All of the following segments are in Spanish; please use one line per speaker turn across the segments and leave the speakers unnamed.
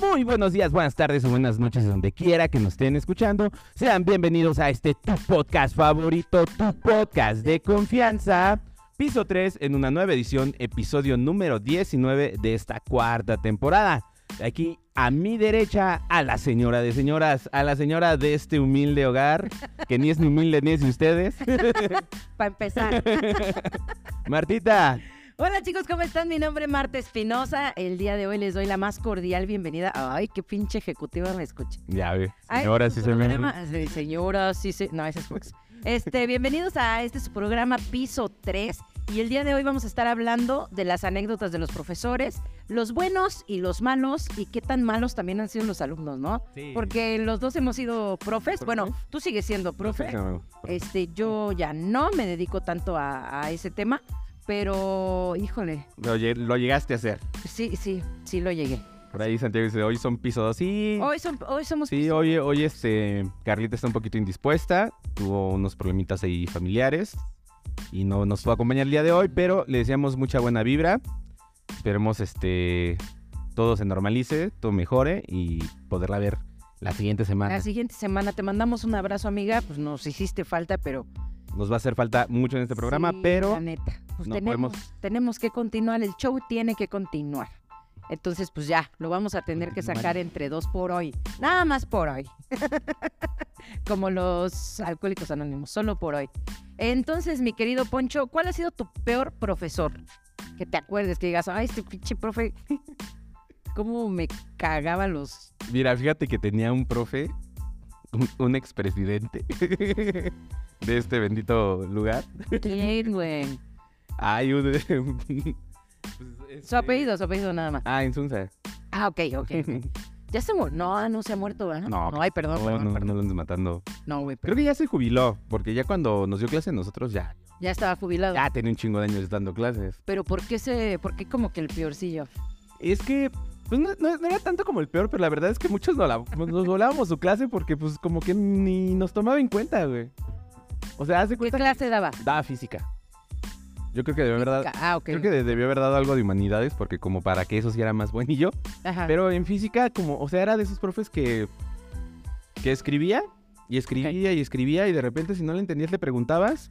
Muy buenos días, buenas tardes o buenas noches donde quiera que nos estén escuchando. Sean bienvenidos a este tu podcast favorito, tu podcast de confianza. Piso 3 en una nueva edición, episodio número 19 de esta cuarta temporada. Aquí a mi derecha, a la señora de señoras, a la señora de este humilde hogar, que ni es ni humilde ni es de ustedes.
Para empezar.
Martita,
Hola chicos, ¿cómo están? Mi nombre es Marta Espinosa. El día de hoy les doy la más cordial bienvenida. Ay, qué pinche ejecutiva me escucha.
ya ve,
Ay,
señora,
su
sí se me...
programa- Sí, Señora, sí se... No, ese es Fox. Este, bienvenidos a este su programa Piso 3. Y el día de hoy vamos a estar hablando de las anécdotas de los profesores, los buenos y los malos, y qué tan malos también han sido los alumnos, ¿no?
Sí.
Porque los dos hemos sido profes. Bueno, tú sigues siendo profe. Este, yo ya no me dedico tanto a, a ese tema, pero híjole,
Lo lle- lo llegaste a hacer.
sí, sí, sí lo llegué.
Por ahí Santiago dice, hoy son piso 2. Sí,
Hoy, son- hoy somos...
sí hoy, hoy este, Carlita está un poquito indispuesta, tuvo unos problemitas ahí familiares y no nos pudo acompañar el día de hoy, pero le deseamos mucha buena vibra. Esperemos este, todo se normalice, todo mejore y poderla ver la siguiente semana.
La siguiente semana te mandamos un abrazo, amiga. Pues nos hiciste falta, pero...
Nos va a hacer falta mucho en este programa,
sí,
pero
La neta. Pues
no
tenemos,
podemos-
tenemos que continuar, el show tiene que continuar. Entonces, pues ya, lo vamos a tener que
Continuar.
sacar entre dos por hoy. Nada más por hoy. Como los alcohólicos anónimos, solo por hoy. Entonces, mi querido Poncho, ¿cuál ha sido tu peor profesor? Que te acuerdes, que digas, ay, este pinche profe, cómo me cagaban los...
mira, fíjate que tenía un profe, un, un expresidente de este bendito lugar.
¿Quién, güey?
Hay un... pues, este
Su apellido, su apellido nada más.
Ah, Insunza.
Ah, ok, ok. Ya se murió. No, no se ha muerto, ¿verdad?
No,
ay, perdón,
No,
perdón,
no,
perdón.
Oh, no lo andes matando.
No, güey,
Creo
pero
que ya se jubiló, porque ya cuando nos dio clase nosotros ya,
ya estaba jubilado.
ya tenía un chingo de años dando clases.
Pero ¿por qué se, por qué como que el peorcillo?
Es que, pues no, no- no era tanto como el peor, pero la verdad es que muchos no la- pues, nos volábamos su clase porque pues como que ni nos tomaba en cuenta, güey. O sea, hace
¿Qué
cuenta
clase daba?
que daba física. Yo creo que debió haber dado...
Física. Ah, ok.
Creo que debió haber dado algo de humanidades, porque como para que eso sí era más buenillo.
Ajá.
Pero en física, como, o sea, era de esos profes que, que escribía y escribía y escribía y de repente si no le entendías le preguntabas,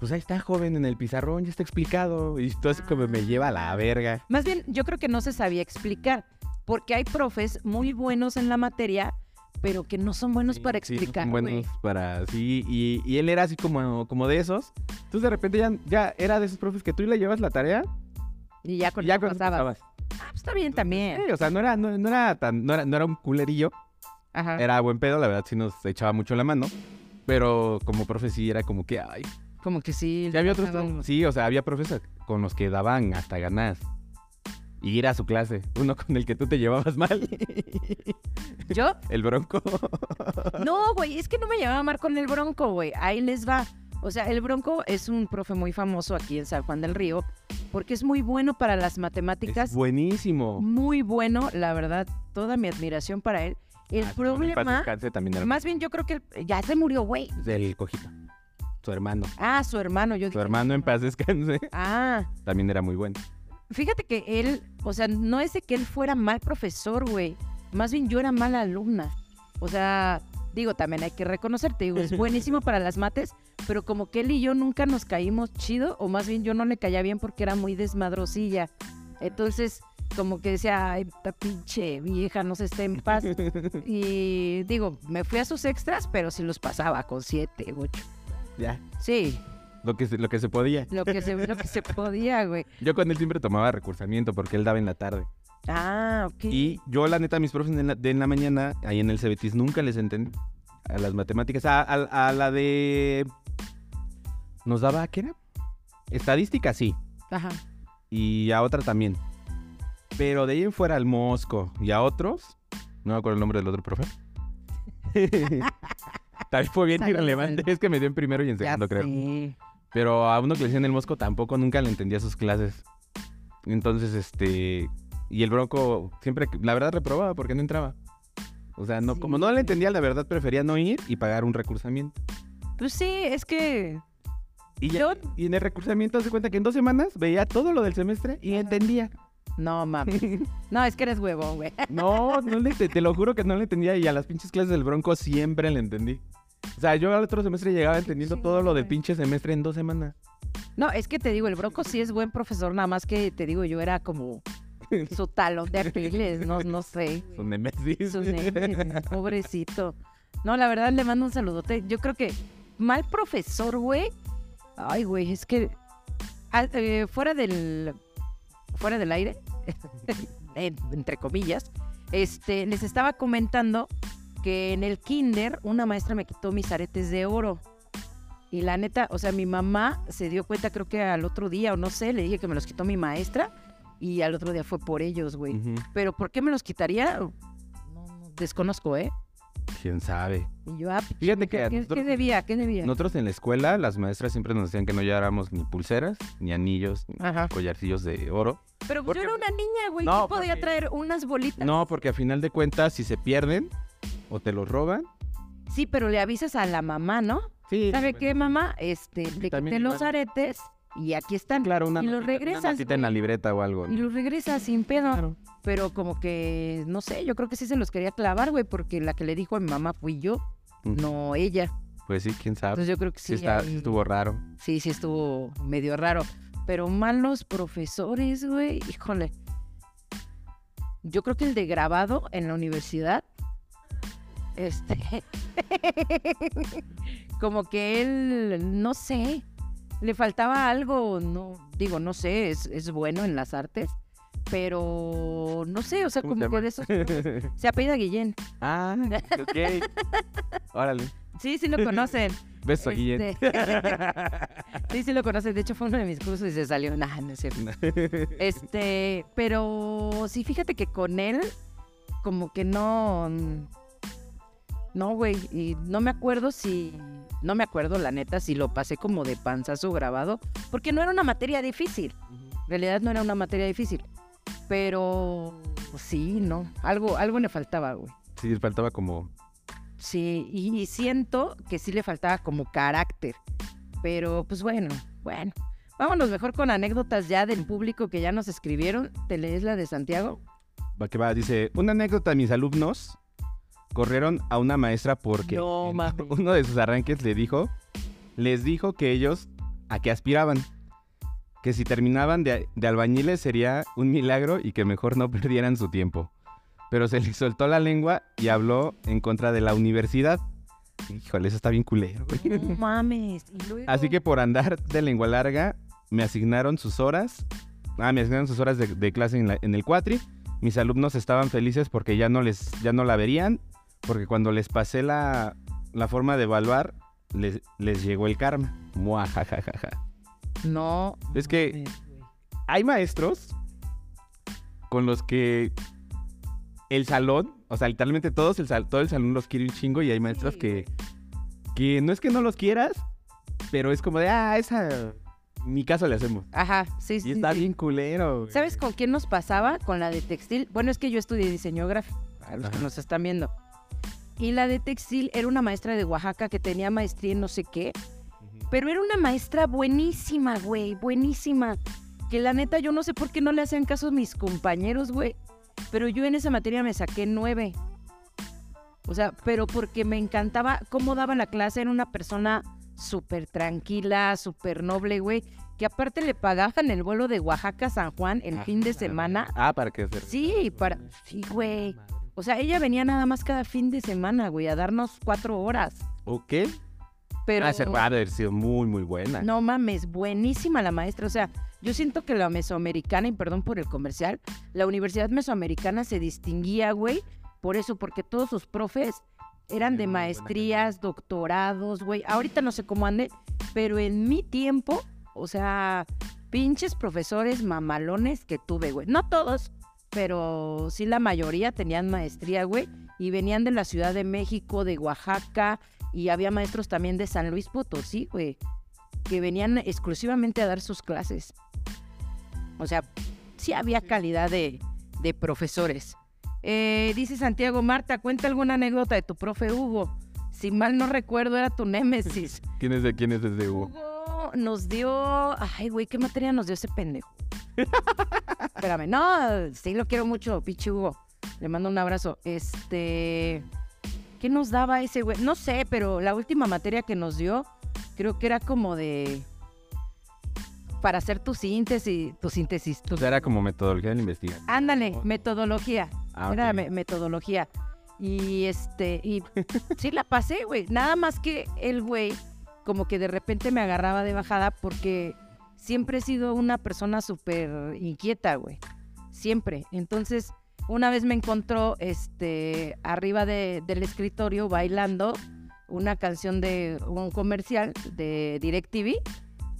pues ahí está joven en el pizarrón, ya está explicado. Y tú así como me lleva a la verga.
Más bien, yo creo que no se sabía explicar, porque hay profes muy buenos en la materia, pero que no son buenos para
Sí, no son
explicar.
buenos
güey.
para, sí, y, y él era así como, como de esos. Entonces de repente ya, ya era de esos profes que tú le llevas la tarea
Y ya con
y ya
eso
cuando
pasaba.
pasabas.
Ah, pues, está bien también.
Sí, o sea, no era, no, no era tan, no era, no era un culerillo.
Ajá.
eh, Era buen pedo, la verdad sí nos echaba mucho la mano. Pero como profe sí era como que, ay,
Como que sí.
Sí, había otros
Ajá.
con- sí, o sea, había profes con los que daban hasta ganas. Y ir a su clase. Uno con el que tú te llevabas mal.
Yo
El bronco.
No, güey, es que no me llevaba mal con el Bronco, güey. Ahí les va. O sea, el Bronco es un profe muy famoso aquí en San Juan del Río porque es muy bueno para las matemáticas.
Es buenísimo.
Muy bueno, la verdad. Toda mi admiración para él. El
Ah, sí, bueno, en paz
problema,
descanse también era-
más bien yo creo que el- ya se murió, güey.
Del cojito. Su hermano.
Ah, su hermano, yo
Su
dije.
hermano en paz descanse.
Ah,
También era muy bueno.
fíjate que él, o sea, no es de que él fuera mal profesor, güey. Más bien yo era mala alumna. O sea, digo, también hay que reconocerte, digo, es buenísimo para las mates, pero como que él y yo nunca nos caímos chido, o más bien yo no le caía bien porque era muy desmadrosilla. Entonces, como que decía, ay, esta pinche vieja, no se esté en paz. Y digo, me fui a sus extras, pero sí los pasaba con siete, ocho.
Ya.
Sí,
Lo que, se- lo que se podía.
lo que se, lo que se podía, güey.
Yo con él siempre tomaba recursamiento porque él daba en la tarde.
Ah, ok.
Y yo, la neta, mis profes en la, de en la mañana, ahí en el Cebetis, nunca les entendí. A las matemáticas, a, a- a la de... ¿Nos daba qué era? Estadística, sí.
Ajá.
Y a otra también. Pero de ahí en fuera al Mosco y a otros, no me acuerdo el nombre del otro profe. También fue bien
Sáquense.
irrelevante, es que me dio en primero y en
Ya
segundo, creo.
sé.
Pero a uno que le decían el Mosco tampoco nunca le entendía sus clases. Entonces, este. Y el Bronco siempre, que- la verdad, reprobaba porque no entraba. O sea, no, como
Sí.
no le entendía, la verdad prefería no ir y pagar un recursamiento.
Pues sí, es que
Y, ya-
Yo-
y en el recursamiento se cuenta que en dos semanas veía todo lo del semestre y entendía.
no mames. No, es que eres huevón, güey.
No, no le, te, te lo juro que no le entendía y a las pinches clases del Bronco siempre le entendí. O sea, yo al otro semestre llegaba entendiendo
Sí,
todo lo del
güey.
pinche semestre en dos semanas.
No, es que te digo, el Broco sí es buen profesor, nada más que te digo, yo era como su talón de Aquiles, no, no sé.
Son
Su
Messi.
nene, pobrecito. No, la verdad le mando un saludote. Yo creo que mal profesor, güey. Ay, güey, es que ah, eh, fuera del fuera del aire, en- entre comillas, este les estaba comentando que en el kinder una maestra me quitó mis aretes de oro. Y la neta, o sea, mi mamá se dio cuenta creo que al otro día o no sé, le dije que me los quitó mi maestra y al otro día fue por ellos, güey.
Ujú.
¿Pero por qué me los quitaría? No, no, desconozco, ¿eh?
¿Quién sabe?
Y yo, ah,
Fíjate que a
¿qué, qué
nosotros,
debía? ¿Qué debía?
nosotros en la escuela, las maestras siempre nos decían que no lleváramos ni pulseras, ni anillos, ni
Ajá.
collarcillos de oro.
Pero pues
porque-
yo era una niña, güey.
No,
No, podía
porque-
traer unas bolitas?
No, porque a final de cuentas, si se pierden o te los roban.
Sí, pero le avisas a la mamá, ¿no?
Sí.
¿Sabe
bueno,
qué, mamá? Este, le
también
quité los
igual.
aretes y aquí están.
Claro, una
Y los
notita- una
regresas,
notita en la libreta o algo.
Y
¿no?
los regresas sin pedo.
Claro.
Pero como que, no sé, yo creo que sí se los quería clavar, güey, porque la que le dijo a mi mamá fui yo,
Mm.
no ella.
Pues sí, quién sabe.
Entonces yo creo que
Sí,
sí.
está,
ahí-
estuvo raro.
Sí, sí estuvo medio raro. Pero malos profesores, güey. Híjole. Yo creo que el de grabado en la universidad. Este. como que él, no sé. Le faltaba algo, no, digo, no sé, es, es bueno en las artes, pero no sé, o sea,
¿Cómo
como
se
que de esos. Se apellida Guillén.
Ah, ok. Órale.
Sí, sí lo conocen.
Beso, Guillén.
Este- sí, sí lo conoces. De hecho, fue uno de mis cursos y se salió. Nah, no es cierto. Este, pero sí, fíjate que con él, como que no. mm, No, güey. Y no me acuerdo si. No me acuerdo, la neta, si lo pasé como de panzazo grabado. Porque no era una materia difícil. En realidad no era una materia difícil. Pero sí, no. Algo, algo le faltaba, güey.
Sí, faltaba como.
Sí, y y siento que sí le faltaba como carácter. Pero pues bueno, bueno. Vámonos mejor con anécdotas ya del público que ya nos escribieron. ¿Te lees la de Santiago?
Va que va, dice. Una anécdota: mis alumnos corrieron a una maestra porque
No,
en
mames.
uno de sus arranques le dijo. Les dijo que ellos a qué aspiraban. Que si terminaban de, de albañiles sería un milagro y que mejor no perdieran su tiempo. Pero se les soltó la lengua y habló en contra de la universidad. Híjole, eso está bien culero, güey.
No mames. y luego-
Así que por andar de lengua larga, me asignaron sus horas. Ah, me asignaron sus horas de, de clase en, la- en el cuatri. Mis alumnos estaban felices porque ya no les, ya no la verían. Porque cuando les pasé la, la forma de evaluar, les, les llegó el karma. Muajajajaja.
No.
Es que
mames, güey.
hay maestros con los que el salón, o sea, literalmente todos el sal- todo el salón los quiere un chingo y hay maestros
Sí,
que, que no es que no los quieras, pero es como de, ah, esa, ni caso le hacemos.
Ajá, sí, sí.
Y está
sí.
bien culero. güey.
¿Sabes con quién nos pasaba? Con la de textil. Bueno, es que yo estudié diseño gráfico, para los que
Ajá.
nos están viendo. Y la de textil era una maestra de Oaxaca que tenía maestría en no sé qué. Pero era una maestra buenísima, güey, buenísima. Que la neta yo no sé por qué no le hacían caso a mis compañeros, güey. Pero yo en esa materia me saqué nueve. O sea, pero porque me encantaba cómo daba la clase. Era una persona súper tranquila, súper noble, güey. Que aparte le pagaban el vuelo de Oaxaca a San Juan el
Ah,
fin de
la
semana.
verga. Ah, para qué hacer.
Sí, para... Sí, güey. O sea, ella venía nada más cada fin de semana, güey, a darnos cuatro horas.
¿O qué?
Pero...
Ah, esa va a haber sido muy, muy buena.
No mames, buenísima la maestra. O sea, yo siento que la mesoamericana, y perdón por el comercial, la universidad mesoamericana se distinguía, güey, por eso, porque todos sus profes eran de
Tenían muy buena
maestrías, doctorados, güey. Ahorita no sé cómo ande, pero en mi tiempo, o sea, pinches profesores mamalones que tuve, güey. No todos, pero sí la mayoría tenían maestría, güey, y venían de la Ciudad de México, de Oaxaca, y había maestros también de San Luis Potosí, güey, que venían exclusivamente a dar sus clases. O sea, sí había calidad de, de profesores. Eh, dice Santiago, Marta, cuenta alguna anécdota de tu profe Hugo. Si mal no recuerdo, era tu némesis.
¿Quién es de quién es desde Hugo?
Hugo nos dio. Ay, güey, ¿qué materia nos dio ese pendejo? Espérame, no, sí lo quiero mucho, pinche Hugo. Le mando un abrazo. Este. ¿Qué nos daba ese güey? No sé, pero la última materia que nos dio, creo que era como de. Para hacer tu síntesis, tu síntesis, tu
O sea, era como metodología de la investigación.
Ándale, metodolología.
Ah,
Era
ok.
me- metodología. Y este, y sí la pasé, güey. Nada más que el güey, como que de repente me agarraba de bajada porque siempre he sido una persona súper inquieta, güey. Siempre. Entonces, una vez me encontró este, arriba de- del escritorio bailando una canción de un comercial de DirecTV.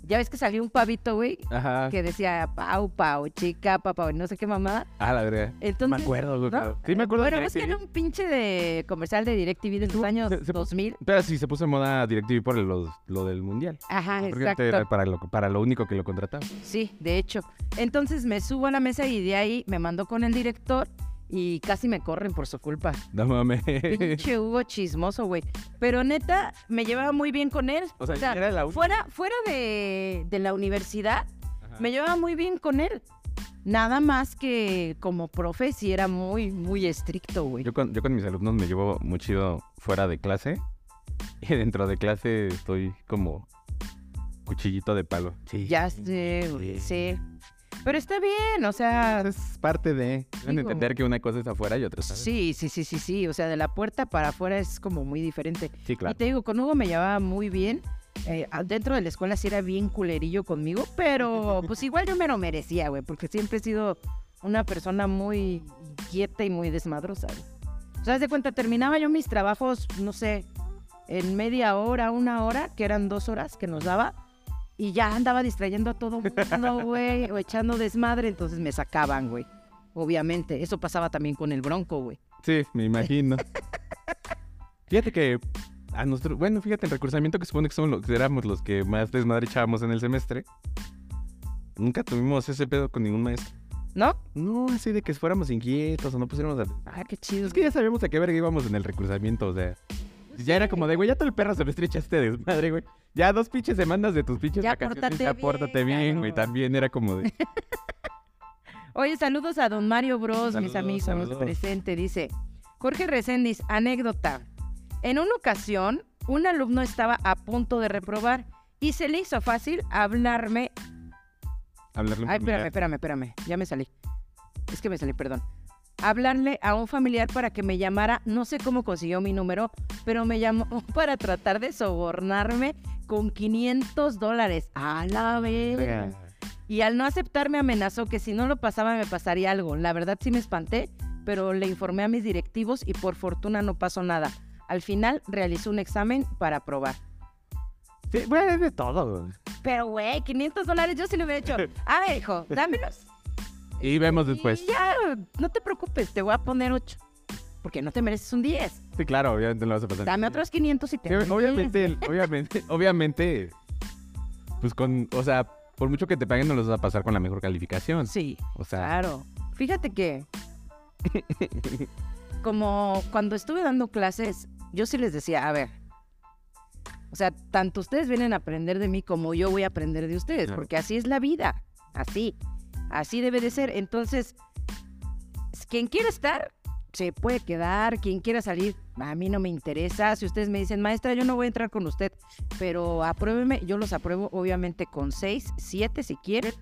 Ya ves que salió un pavito, güey,
Ajá.
que decía pau, pau, chica, papá, no sé qué mamada.
Ah, la verdad.
Entonces,
acuerdo, güey.
¿no?
claro. Sí, me acuerdo.
Bueno,
de
es que
DirecTV.
era un pinche de comercial de DirecTV de los años
se- se-
2000.
Pero sí, se puso en moda DirecTV por los- lo del mundial.
Ajá,
Ah, Porque antes era
exacto.
para lo, para lo único que lo contrataba.
Sí, de hecho. Entonces me subo a la mesa y de ahí me mandó con el director y casi me corren por su culpa.
No mames.
Pinche Hugo chismoso, güey. Pero neta, me llevaba muy bien con él.
O sea, era la única.
fuera, fuera de, de la universidad,
Ajá.
me llevaba muy bien con él. Nada más que como profe sí era muy, muy estricto, güey.
Yo con, yo con mis alumnos me llevo muy chido fuera de clase. Y dentro de clase estoy como cuchillito de palo. Sí.
Ya sé, güey, sí. Pero está bien, o sea,
Es parte de. Deben
Digo-
entender que una cosa es afuera y otra es adentro.
sí, sí, sí, sí, sí, o sea, de la puerta para afuera es como muy diferente.
Sí,
Y te digo, con Hugo me llevaba muy bien. eh, a- dentro de la escuela sí era bien culerillo conmigo, pero pues igual yo me lo merecía, güey, porque siempre he sido una persona muy inquieta y muy desmadrosa. güey. O sea, haz de cuenta, terminaba yo mis trabajos, no sé, en media hora, una hora, que eran dos horas que nos daba, y ya andaba distrayendo a todo mundo, güey, o echando desmadre, entonces me sacaban, güey. Obviamente, eso pasaba también con el bronco, güey.
Sí, me imagino. fíjate que a nosotros, bueno, fíjate, en recursamiento que supone que somos los que éramos los que más desmadre echábamos en el semestre. Nunca tuvimos ese pedo con ningún maestro.
¿No?
No, así de que fuéramos inquietos o no pusiéramos a...
Ah, qué chido.
Es que ya sabíamos a qué verga íbamos en el recursamiento, o sea. Ya era como de, güey, ya todo el perro semestre echaste desmadre, güey. Ya dos pinches semanas de tus pinches
Ya
vacaciones,
pórtate
ya
bien,
pórtate bien, güey.
cabrón.
También era como de...
Oye, saludos a don Mario Bros,
Saludos,
mis amigos
saludos.
presente, dice. Jorge Reséndiz, anécdota. En una ocasión, un alumno estaba a punto de reprobar y se le hizo fácil hablarme.
Hablarle a un
Ay, espérame,
familiar.
espérame, espérame. Ya me salí. Es que me salí, perdón. Hablarle a un familiar para que me llamara, no sé cómo consiguió mi número, pero me llamó para tratar de sobornarme con 500 dólares. A la verga. Y al no aceptar me amenazó que si no lo pasaba me pasaría algo. La verdad sí me espanté, pero le informé a mis directivos y por fortuna no pasó nada. Al final realizó un examen para probar.
Sí, bueno, es de todo, güey.
Pero güey, 500 dólares yo sí le hubiera hecho. A ver, hijo, dámelos.
Y vemos después.
Y ya, no te preocupes, te voy a poner 8. Porque no te mereces un 10.
Sí, claro, obviamente no lo vas a pasar.
Dame otros 500 y te...
Sí, obviamente, el- obviamente, obviamente. Pues con, o sea, por mucho que te paguen, no los vas a pasar con la mejor calificación.
Sí.
O sea,
Claro. Fíjate que. como cuando estuve dando clases, yo sí les decía, a ver. O sea, tanto ustedes vienen a aprender de mí como yo voy a aprender de ustedes,
Claro.
porque así es la vida. Así. Así debe de ser. Entonces, s- quien quiera estar, se puede quedar. Quien quiera salir, a mí no me interesa. Si ustedes me dicen, maestra, yo no voy a entrar con usted, pero apruébeme, yo los apruebo obviamente con seis, siete si quieren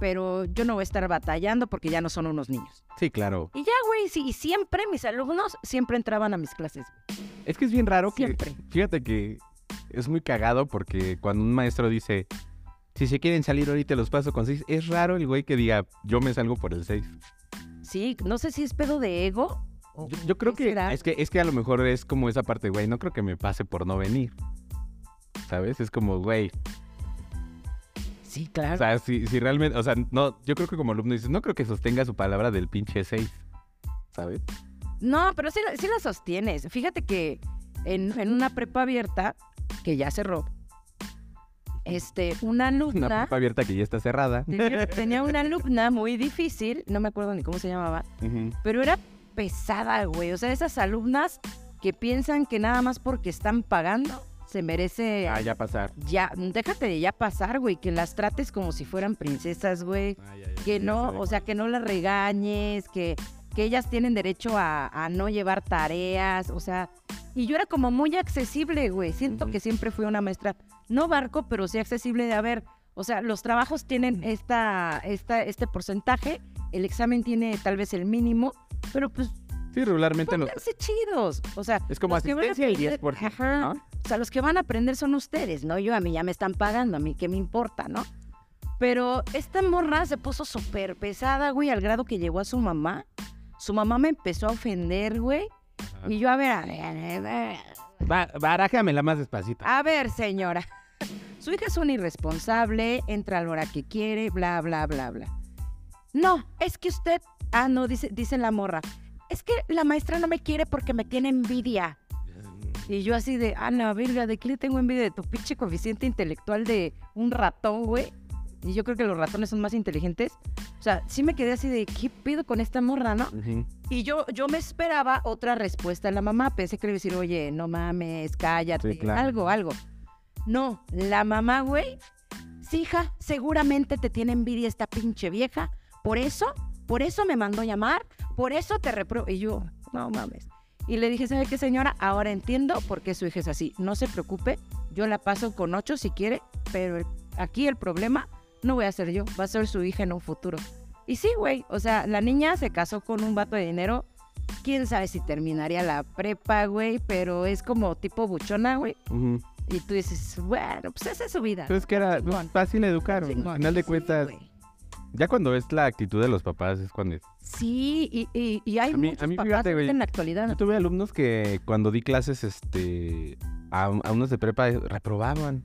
pero yo no voy a estar batallando porque ya no son unos niños.
sí, claro.
Y ya, güey, sí, y siempre mis alumnos siempre entraban a mis clases.
Es que es bien raro que.
Siempre.
Fíjate que es muy cagado porque cuando un maestro dice, si se quieren salir ahorita los paso con seis, es raro el güey que diga, yo me salgo por el seis.
Sí, no sé si es pedo de ego. o
Yo, yo creo
qué
que
será.
es, que es que a lo mejor es como esa parte, güey, no creo que me pase por no venir. ¿Sabes? Es como, güey,
Sí, claro.
O sea, si, si realmente, o sea, no, yo creo que como alumno dices, no creo que sostenga su palabra del pinche 6, ¿sabes?
No, pero sí, la- sí la sostienes. Fíjate que en, en una prepa abierta, que ya cerró, este, una
Una
alumna
puerta abierta que ya está cerrada.
tenía, tenía una alumna muy difícil, no me acuerdo ni cómo se llamaba,
Ujú.
pero era pesada, güey. O sea, esas alumnas que piensan que nada más porque están pagando se merece
Ah, ya pasar.
ya, déjate de ya pasar, güey, que las trates como si fueran princesas, güey. Que no, o sea, que no las regañes, que, que ellas tienen derecho a, a no llevar tareas, o sea. Y yo era como muy accesible, güey. Siento
Ujú.
que siempre fui una maestra, no barco, pero sí accesible de, a ver, o sea, los trabajos tienen esta, esta, este porcentaje, el examen tiene tal vez el mínimo, pero pues
Sí, regularmente no.
pónganse chidos. O sea,
Es como
Pues, los que van a
asistencia el
aprender-
10%.
Ajá.
¿no?
O sea, los que van a aprender son ustedes, ¿no? Yo a mí ya me están pagando, a mí qué me importa, ¿no? Pero esta morra se puso súper pesada, güey, al grado que llegó a su mamá. Su mamá me empezó a ofender, güey. Y yo, a ver, a ver, a ver, a ver,
Ba- barájamela más despacito.
a ver, señora. Su hija es una irresponsable, entra a la hora que quiere, bla, bla, bla, bla. No, es que usted... Ah, no, dice, dice la morra. Es que la maestra no me quiere porque me tiene envidia. Y yo así de, ah, la verga, ¿de qué le tengo envidia? De tu pinche coeficiente intelectual de un ratón, güey. Y yo creo que los ratones son más inteligentes. O sea, sí me quedé así de, ¿qué pedo con esta morra, no?
Ujú.
Y yo, yo me esperaba otra respuesta de la mamá. Pensé que le iba a decir, oye, no mames, cállate,
Sí, claro.
algo, algo. No, la mamá, güey, sí, hija, seguramente te tiene envidia esta pinche vieja. Por eso, por eso me mandó llamar, por eso te repro... Y yo, no mames. Y le dije, ¿sabe qué, señora? Ahora entiendo por qué su hija es así. No se preocupe, yo la paso con ocho si quiere, pero el- aquí el problema no voy a ser yo, va a ser su hija en un futuro. Y sí, güey, o sea, la niña se casó con un vato de dinero. Quién sabe si terminaría la prepa, güey, pero es como tipo buchona, güey.
Ujú.
Y tú dices, bueno, pues esa es su vida.
Entonces que era pues,
Chingón.
fácil educar. ¿no?
Chingón.
Al final de
Sí,
cuentas,
güey.
ya cuando ves la actitud de los papás es cuando es.
Sí, y, y- y hay
A mí-
muchos
a mí,
papás
fíjate, güey,
en la
Yo
actualidad.
tuve alumnos que cuando di clases, este, a, a unos de prepa eh, reprobaban.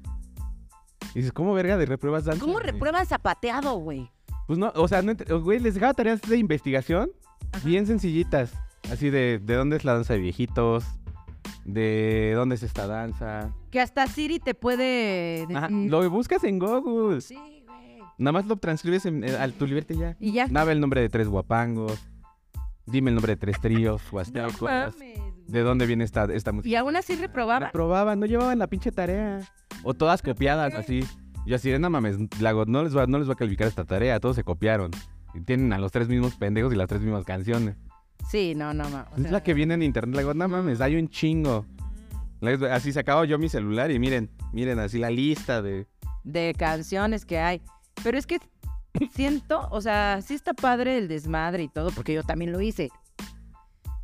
Y dices, ¿cómo verga de repruebas danza?
¿Cómo
güey?"
reprueban zapateado, güey?
Pues no, o sea, no entre- güey, les dejaba tareas de investigación bien sencillitas. Así de, ¿de dónde es la danza de viejitos? ¿De dónde es esta danza?
Que hasta Siri te puede
Ajá,
decir,
Lo buscas en Google.
Sí, güey.
Nada más lo transcribes en, en- al tu librete ya.
Y ya.
Dame el nombre de tres guapangos. Dime el nombre de tres tríos, huasteacuas.
mames, güey.
¿De dónde viene esta, esta música?
Y aún así reprobaban.
Probaban, no llevaban la pinche tarea. O todas copiadas, así. Yo así, de, no mames, la go- no, les va, no les va a calificar esta tarea, todos se copiaron. Y tienen a los tres mismos pendejos y las tres mismas canciones.
Sí, no, no, no. o
es la
sea,
que viene en internet, le digo, no mames, hay un chingo. Les- Así sacaba yo mi celular y miren, miren así la lista de...
de canciones que hay. Pero es que siento, o sea, sí está padre el desmadre y todo, porque yo también lo hice.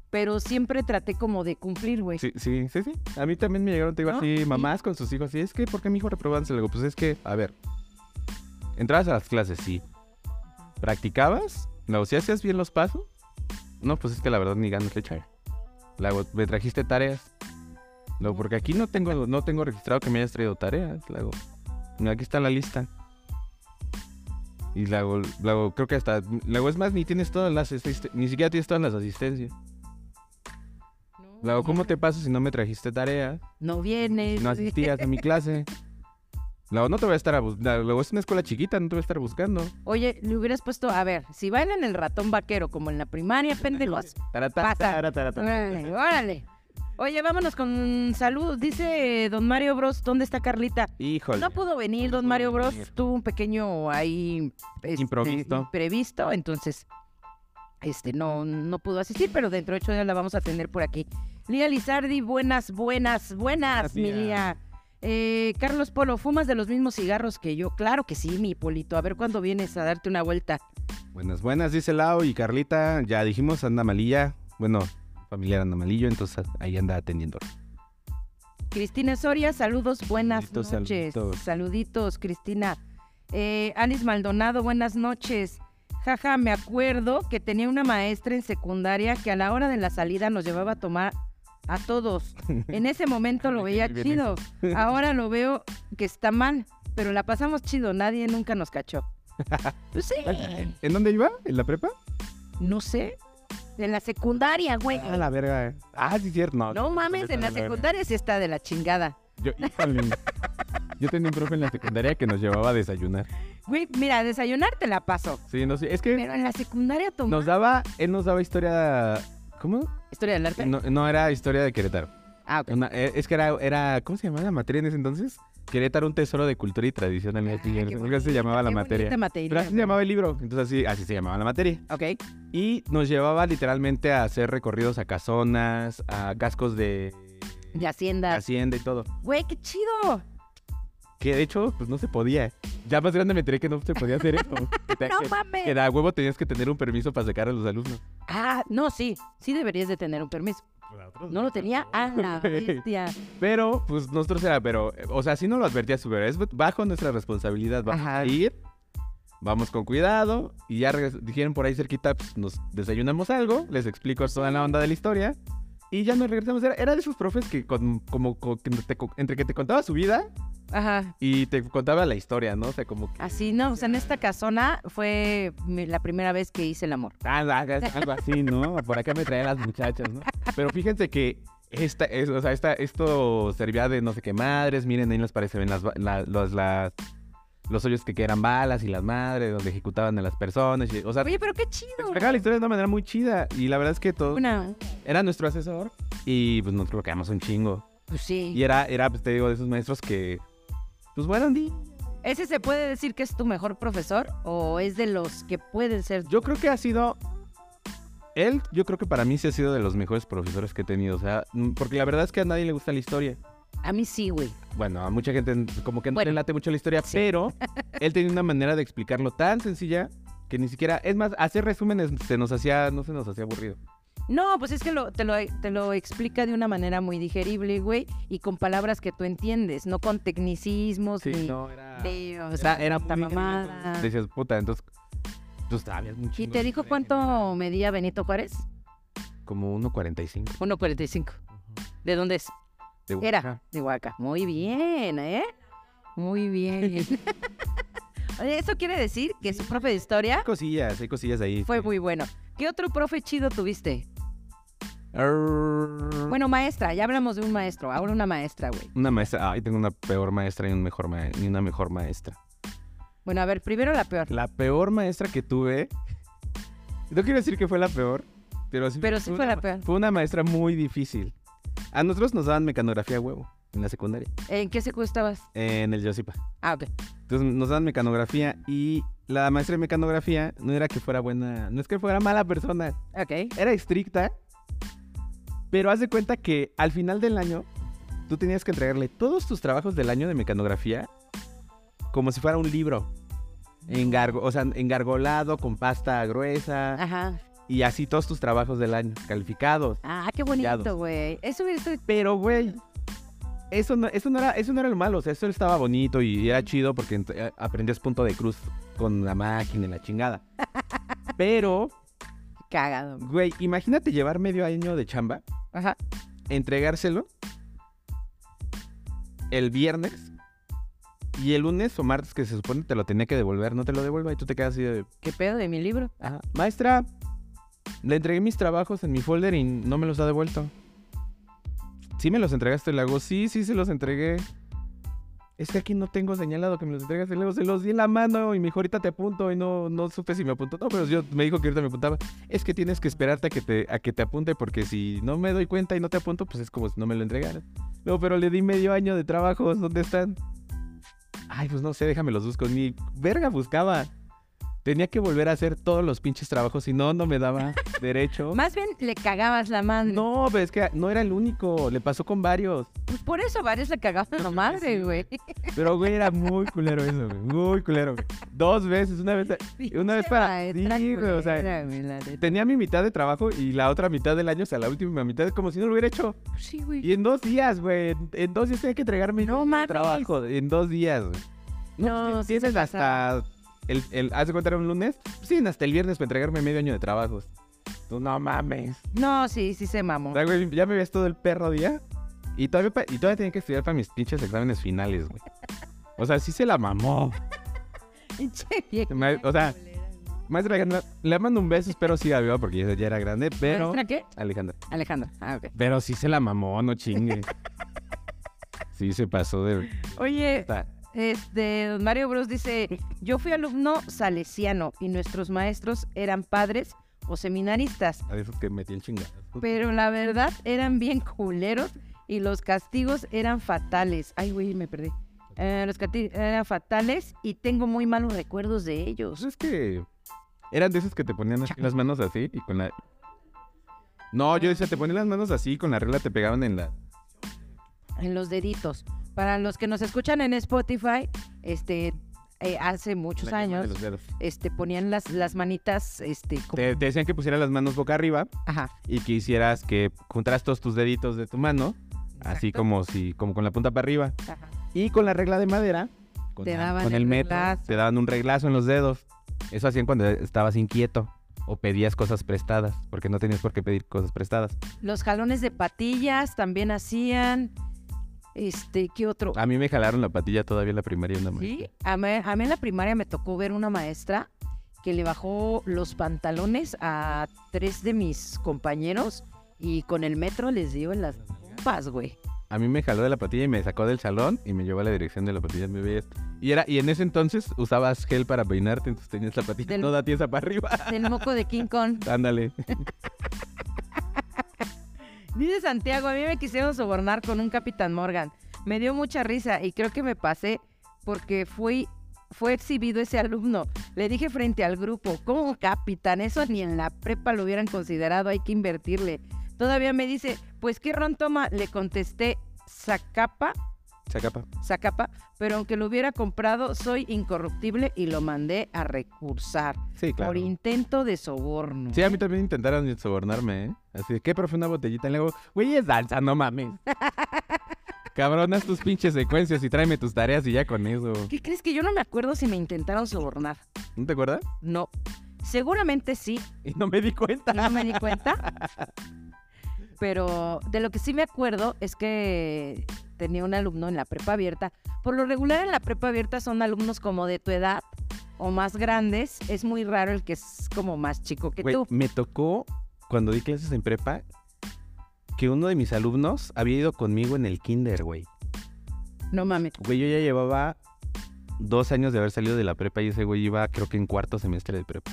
Pero siempre traté como de cumplir, güey.
Sí, sí, sí, sí. A mí también me llegaron, te digo,
¿No?
así, mamás con sus hijos, y es que, ¿por qué mi hijo reprobaba? Le digo, pues es que, a ver, entrabas a las clases, sí. ¿Practicabas? No, si hacías bien los pasos. No, pues es que la verdad ni ganas le echaba. Le hago, me trajiste tareas. No, porque aquí no tengo, no tengo registrado que me hayas traído tareas. Le hago, mira, aquí está la lista. Y le hago, le hago, creo que hasta, luego es más, ni tienes todas las, asisten- ni siquiera tienes todas las asistencias. Le hago, ¿cómo te paso si no me trajiste tareas?
No vienes.
no
güey.
asistías a mi clase. Luego no te voy a estar a bus- la- Luego es una escuela chiquita, no te voy a estar buscando.
Oye, le hubieras puesto, a ver, si bailan el ratón vaquero como en la primaria, péndelos.
Tarata,
Pasa.
tara, tara, tara.
Órale, órale. Oye, vámonos con saludos. Dice eh, don Mario Bros, ¿dónde está Carlita?
Híjole.
No pues. pudo venir,
No
don
pudo
Mario Bros.
venir.
Tuvo un pequeño ahí. este,
Improviso.
imprevisto, entonces. Este, no, no pudo asistir, pero dentro de ocho días la vamos a tener por aquí. Lía Lizardi, buenas, buenas, buenas,
Buenos
mi
días.
Lía. Eh, Carlos Polo, ¿fumas de los mismos cigarros que yo? Claro que sí, mi Polito. A ver cuándo vienes a darte una vuelta.
Buenas, buenas, dice Lau y Carlita. Ya dijimos, anda malilla. Bueno, familiar anda malillo, entonces ahí anda atendiendo.
Cristina Soria, saludos, buenas
Saluditos,
noches.
saluditos.
Saluditos, Cristina. Eh, Alice Maldonado, buenas noches. Jaja, me acuerdo que tenía una maestra en secundaria que a la hora de la salida nos llevaba a tomar a todos. En ese momento lo veía
Bien
chido. Ahora lo veo que está mal, pero la pasamos chido, nadie nunca nos cachó. Pues sí,
¿En dónde iba? ¿En la prepa?
no sé. En la secundaria, güey.
A la verga. eh. Ah, sí, cierto. No,
No mames, en la
verga.
secundaria sí está de la chingada.
Yo, híjole. Yo tenía un profe en la secundaria que nos llevaba a desayunar.
Güey, mira, desayunar te la paso.
Sí, no sé. Es que
Pero en la secundaria tomó.
nos daba, él nos daba historia. ¿Cómo?
¿Historia del arte?
No, no, era historia de Querétaro.
Ah, ok.
Una- eh, es que era, era, ¿cómo se llamaba la materia en ese entonces? Querétaro, un tesoro de cultura y tradición. algo así,
Ay, Ah, qué
algo así se
bonita,
llamaba la
qué
materia.
bonita
Pero así se
materia.
llamaba el libro. Entonces así, así se llamaba la materia.
Ok.
Y nos llevaba literalmente a hacer recorridos a casonas, a cascos de
De Hacienda.
hacienda y todo.
Güey, qué chido.
Que de hecho, pues no se podía. Ya más grande me enteré que no se podía hacer eso. que, te-
No
que-
mames.
que da huevo tenías que tener un permiso para sacar a los alumnos.
Ah, no, sí. Sí deberías de tener un permiso. No lo tenía a la
Güey.
bestia.
Pero, pues nosotros era, pero, eh, o sea, sí no lo advertía su pero es bajo nuestra responsabilidad. Vamos
Ajá.
a ir, vamos con cuidado y ya regres- dijeron por ahí cerquita, pues nos desayunamos algo, les explico toda la onda de la historia y ya nos regresamos. Era, era de esos profes que, con- como, co- que te co- entre que te contaba su vida
Ajá.
y te contaba la historia, ¿no? O sea, como que.
Así, no, o sea, en esta casona fue mi- la primera vez que hice el amor.
Ah, ah, ah, Algo así, ¿no? Por acá me traen las muchachas, ¿no? Pero fíjense que esta, es, o sea, esta, esto servía de no sé qué madres. Miren, ahí nos parecen las, ba- la- los, las- los hoyos que eran balas y las madres, donde ejecutaban a las personas. y- o sea,
Oye, pero qué chido.
explicaba la historia de una manera muy chida. Y la verdad es que todo
Una,
era nuestro asesor. Y pues nosotros lo quedamos un chingo.
pues sí.
Y era, era, pues te digo, de esos maestros que. Pues bueno, Andy,
¿Ese se puede decir que es tu mejor profesor o es de los que pueden ser?
Yo creo que ha sido. Él, yo creo que para mí sí ha sido de los mejores profesores que he tenido. O sea, mm, porque la verdad es que a nadie le gusta la historia.
A mí sí, güey.
Bueno, a mucha gente mm, como que no
Bueno.
le late mucho la historia,
Sí.
pero él tenía una manera de explicarlo tan sencilla que ni siquiera. Es más, hacer resúmenes se nos hacía, no se nos hacía aburrido.
No, pues es que lo- te, lo, te lo explica de una manera muy digerible, güey, y con palabras que tú entiendes, no con tecnicismos
Sí,
ni
no, era.
de, o sea,
era
puta
muy genial,
mamada.
Decías, puta, entonces. Tú sabías mucho.
¿Y te dijo cuánto medía Benito Juárez?
Como 1.45.
1.45. ¿De dónde es?
de
Era
Oaxaca.
de Huaca. Muy bien, ¿eh? Muy bien. Oye, Eso quiere decir que su profe de historia
Hay cosillas, hay cosillas ahí.
fue
sí.
muy bueno. ¿Qué otro profe chido tuviste?
Arr.
Bueno, maestra, ya hablamos de un maestro, ahora una maestra, güey.
Una maestra. Ay, tengo una peor maestra y, un mejor ma- y una mejor maestra.
Bueno, a ver, primero la peor.
La peor maestra que tuve. No quiero decir que fue la peor, pero sí,
Pero sí fue
una
la
ma-
peor.
Fue una maestra muy difícil. A nosotros nos daban mecanografía a huevo en la secundaria,
¿En qué secu estabas?
en el Yosipa.
Ah, ok.
Entonces nos daban mecanografía y la maestra de mecanografía no era que fuera buena, no es que fuera mala persona,
Ok.
era estricta, pero haz de cuenta que al final del año tú tenías que entregarle todos tus trabajos del año de mecanografía como si fuera un libro. Engargo, o sea, engargolado con pasta gruesa
Ajá.
y así todos tus trabajos del año calificados.
Ah, qué
Callados.
bonito, güey. Eso hubiera estado-
Pero güey, eso no, eso no era eso no era lo malo, o sea, eso estaba bonito y era chido porque ent- eh, aprendías punto de cruz con la máquina y la chingada. Pero,
cagado. güey.
güey, imagínate llevar medio año de chamba
Ajá.
entregárselo el viernes y el lunes o martes que se supone te lo tenía que devolver, no te lo devuelva y tú te quedas así de,
¿Qué pedo de mi libro?
"Ah, maestra, le entregué mis trabajos en mi folder y no me los ha devuelto. Sí me los entregaste, le hago, sí, sí se los entregué. Es que aquí no tengo señalado que me los entregaste, luego se los di en la mano y me dijo, ahorita te apunto y no, no supe si me apuntó. No, pero yo me dijo que ahorita me apuntaba. Es que tienes que esperarte a que te, a que te apunte porque si no me doy cuenta y no te apunto, pues es como si no me lo entregaran. No, pero le di medio año de trabajos, ¿dónde están? Ay, pues no sé, déjame los busco. Ni verga buscaba. Tenía que volver a hacer todos los pinches trabajos, si no, no me daba derecho.
Más bien le cagabas la madre.
No, pero es que no era el único, le pasó con varios.
Pues por eso varios le cagaban la madre, güey.
Pero, güey, era muy culero eso, güey. Muy culero, güey. Dos veces, una vez. Una vez para. Sí,
Maestra
güey, o sea,
culera, güey, la pues neta.
tenía mi mitad de trabajo y la otra mitad del año, o sea, la última mitad, como si no lo hubiera hecho.
Sí, güey.
Y en dos días, güey. En, en dos días tenía que entregarme
No
mi
mames.
trabajo. En dos días, güey.
No, sí
Tienes
se pasaba.
hasta. El, el, ¿Hace cuenta era un lunes? Sí, hasta el viernes para entregarme medio año de trabajos. Tú no mames.
No, sí, sí se mamó.
O sea, güey, ya me ves todo el perro día. Y todavía, pa- y todavía tenía que estudiar para mis pinches exámenes finales, güey. O sea, sí se la mamó.
Pinche vieja
Me- o sea,
culera, güey.
Maestra Alejandra, le mando un beso, espero sí la vio porque ya ya era grande, pero...
¿Maestra qué?
Alejandra.
Alejandra. Ah, ok.
Pero sí se la mamó, no chingue. Sí se pasó de...
Oye, Este, don Mario Bros dice, yo fui alumno salesiano y nuestros maestros eran padres o seminaristas,
A ver, que metí el chingado.
pero la verdad eran bien culeros y los castigos eran fatales. Ay, güey, me perdí. Eh, los castigos eran fatales y tengo muy malos recuerdos de ellos.
Pues es que eran de esos que te ponían así las manos así y con la. No, yo decía, te ponían las manos así y con la regla te pegaban en la.
en los deditos. Para los que nos escuchan en Spotify, este, eh, hace muchos
en la yema de
años,
los dedos.
este, ponían las, las manitas, este, como-
Te, te decían que pusieras las manos boca arriba
ajá,
y que hicieras que juntaras todos tus deditos de tu mano, así
Exacto.
como si, como con la punta para arriba.
ajá.
Y con la regla de madera, con,
Te
la-
daban
con
el
el metro,
reglazo.
te daban un reglazo en los dedos. Eso hacían cuando estabas inquieto o pedías cosas prestadas, porque no tenías por qué pedir cosas prestadas.
Los jalones de patillas también hacían, este, ¿qué otro?
A mí me jalaron la patilla todavía en la primaria una maestra.
Sí, a mí, a mí en la primaria me tocó ver una maestra que le bajó los pantalones a tres de mis compañeros y con el metro les dio en las pompas, güey.
A mí me jaló de la patilla y me sacó del salón y me llevó a la dirección de la patilla de bebé. Y era y en ese entonces usabas gel para peinarte, entonces tenías la patilla
Del-
toda tiesa para arriba.
Del moco de King Kong.
Ándale.
Dice Santiago, a mí me quisieron sobornar con un Capitán Morgan. Me dio mucha risa y creo que me pasé porque fui, fue exhibido ese alumno. Le dije frente al grupo, ¿cómo capitán? Eso ni en la prepa lo hubieran considerado, hay que invertirle. Todavía me dice, pues qué ron toma, le contesté, sacapa,
Chacapa.
sacapa, pero aunque lo hubiera comprado, soy incorruptible y lo mandé a recursar
Sí, claro.
por intento de soborno.
Sí, a mí también intentaron sobornarme, ¿eh? Así de, ¿qué, profe, una botellita? Y le digo, güey, es danza, no mames. Cabrón, haz tus pinches secuencias y tráeme tus tareas y ya con eso.
¿Qué crees que yo no me acuerdo si me intentaron sobornar?
¿No te acuerdas?
No. Seguramente sí,
Y no me di cuenta.
no me di cuenta. Pero de lo que sí me acuerdo es que tenía un alumno en la prepa abierta. Por lo regular en la prepa abierta son alumnos como de tu edad o más grandes. Es muy raro el que es como más chico que
Güey,
tú.
me tocó cuando di clases en prepa que uno de mis alumnos había ido conmigo en el kinder, güey.
No mames.
Güey, yo ya llevaba dos años de haber salido de la prepa y ese güey iba, creo que en cuarto semestre de prepa.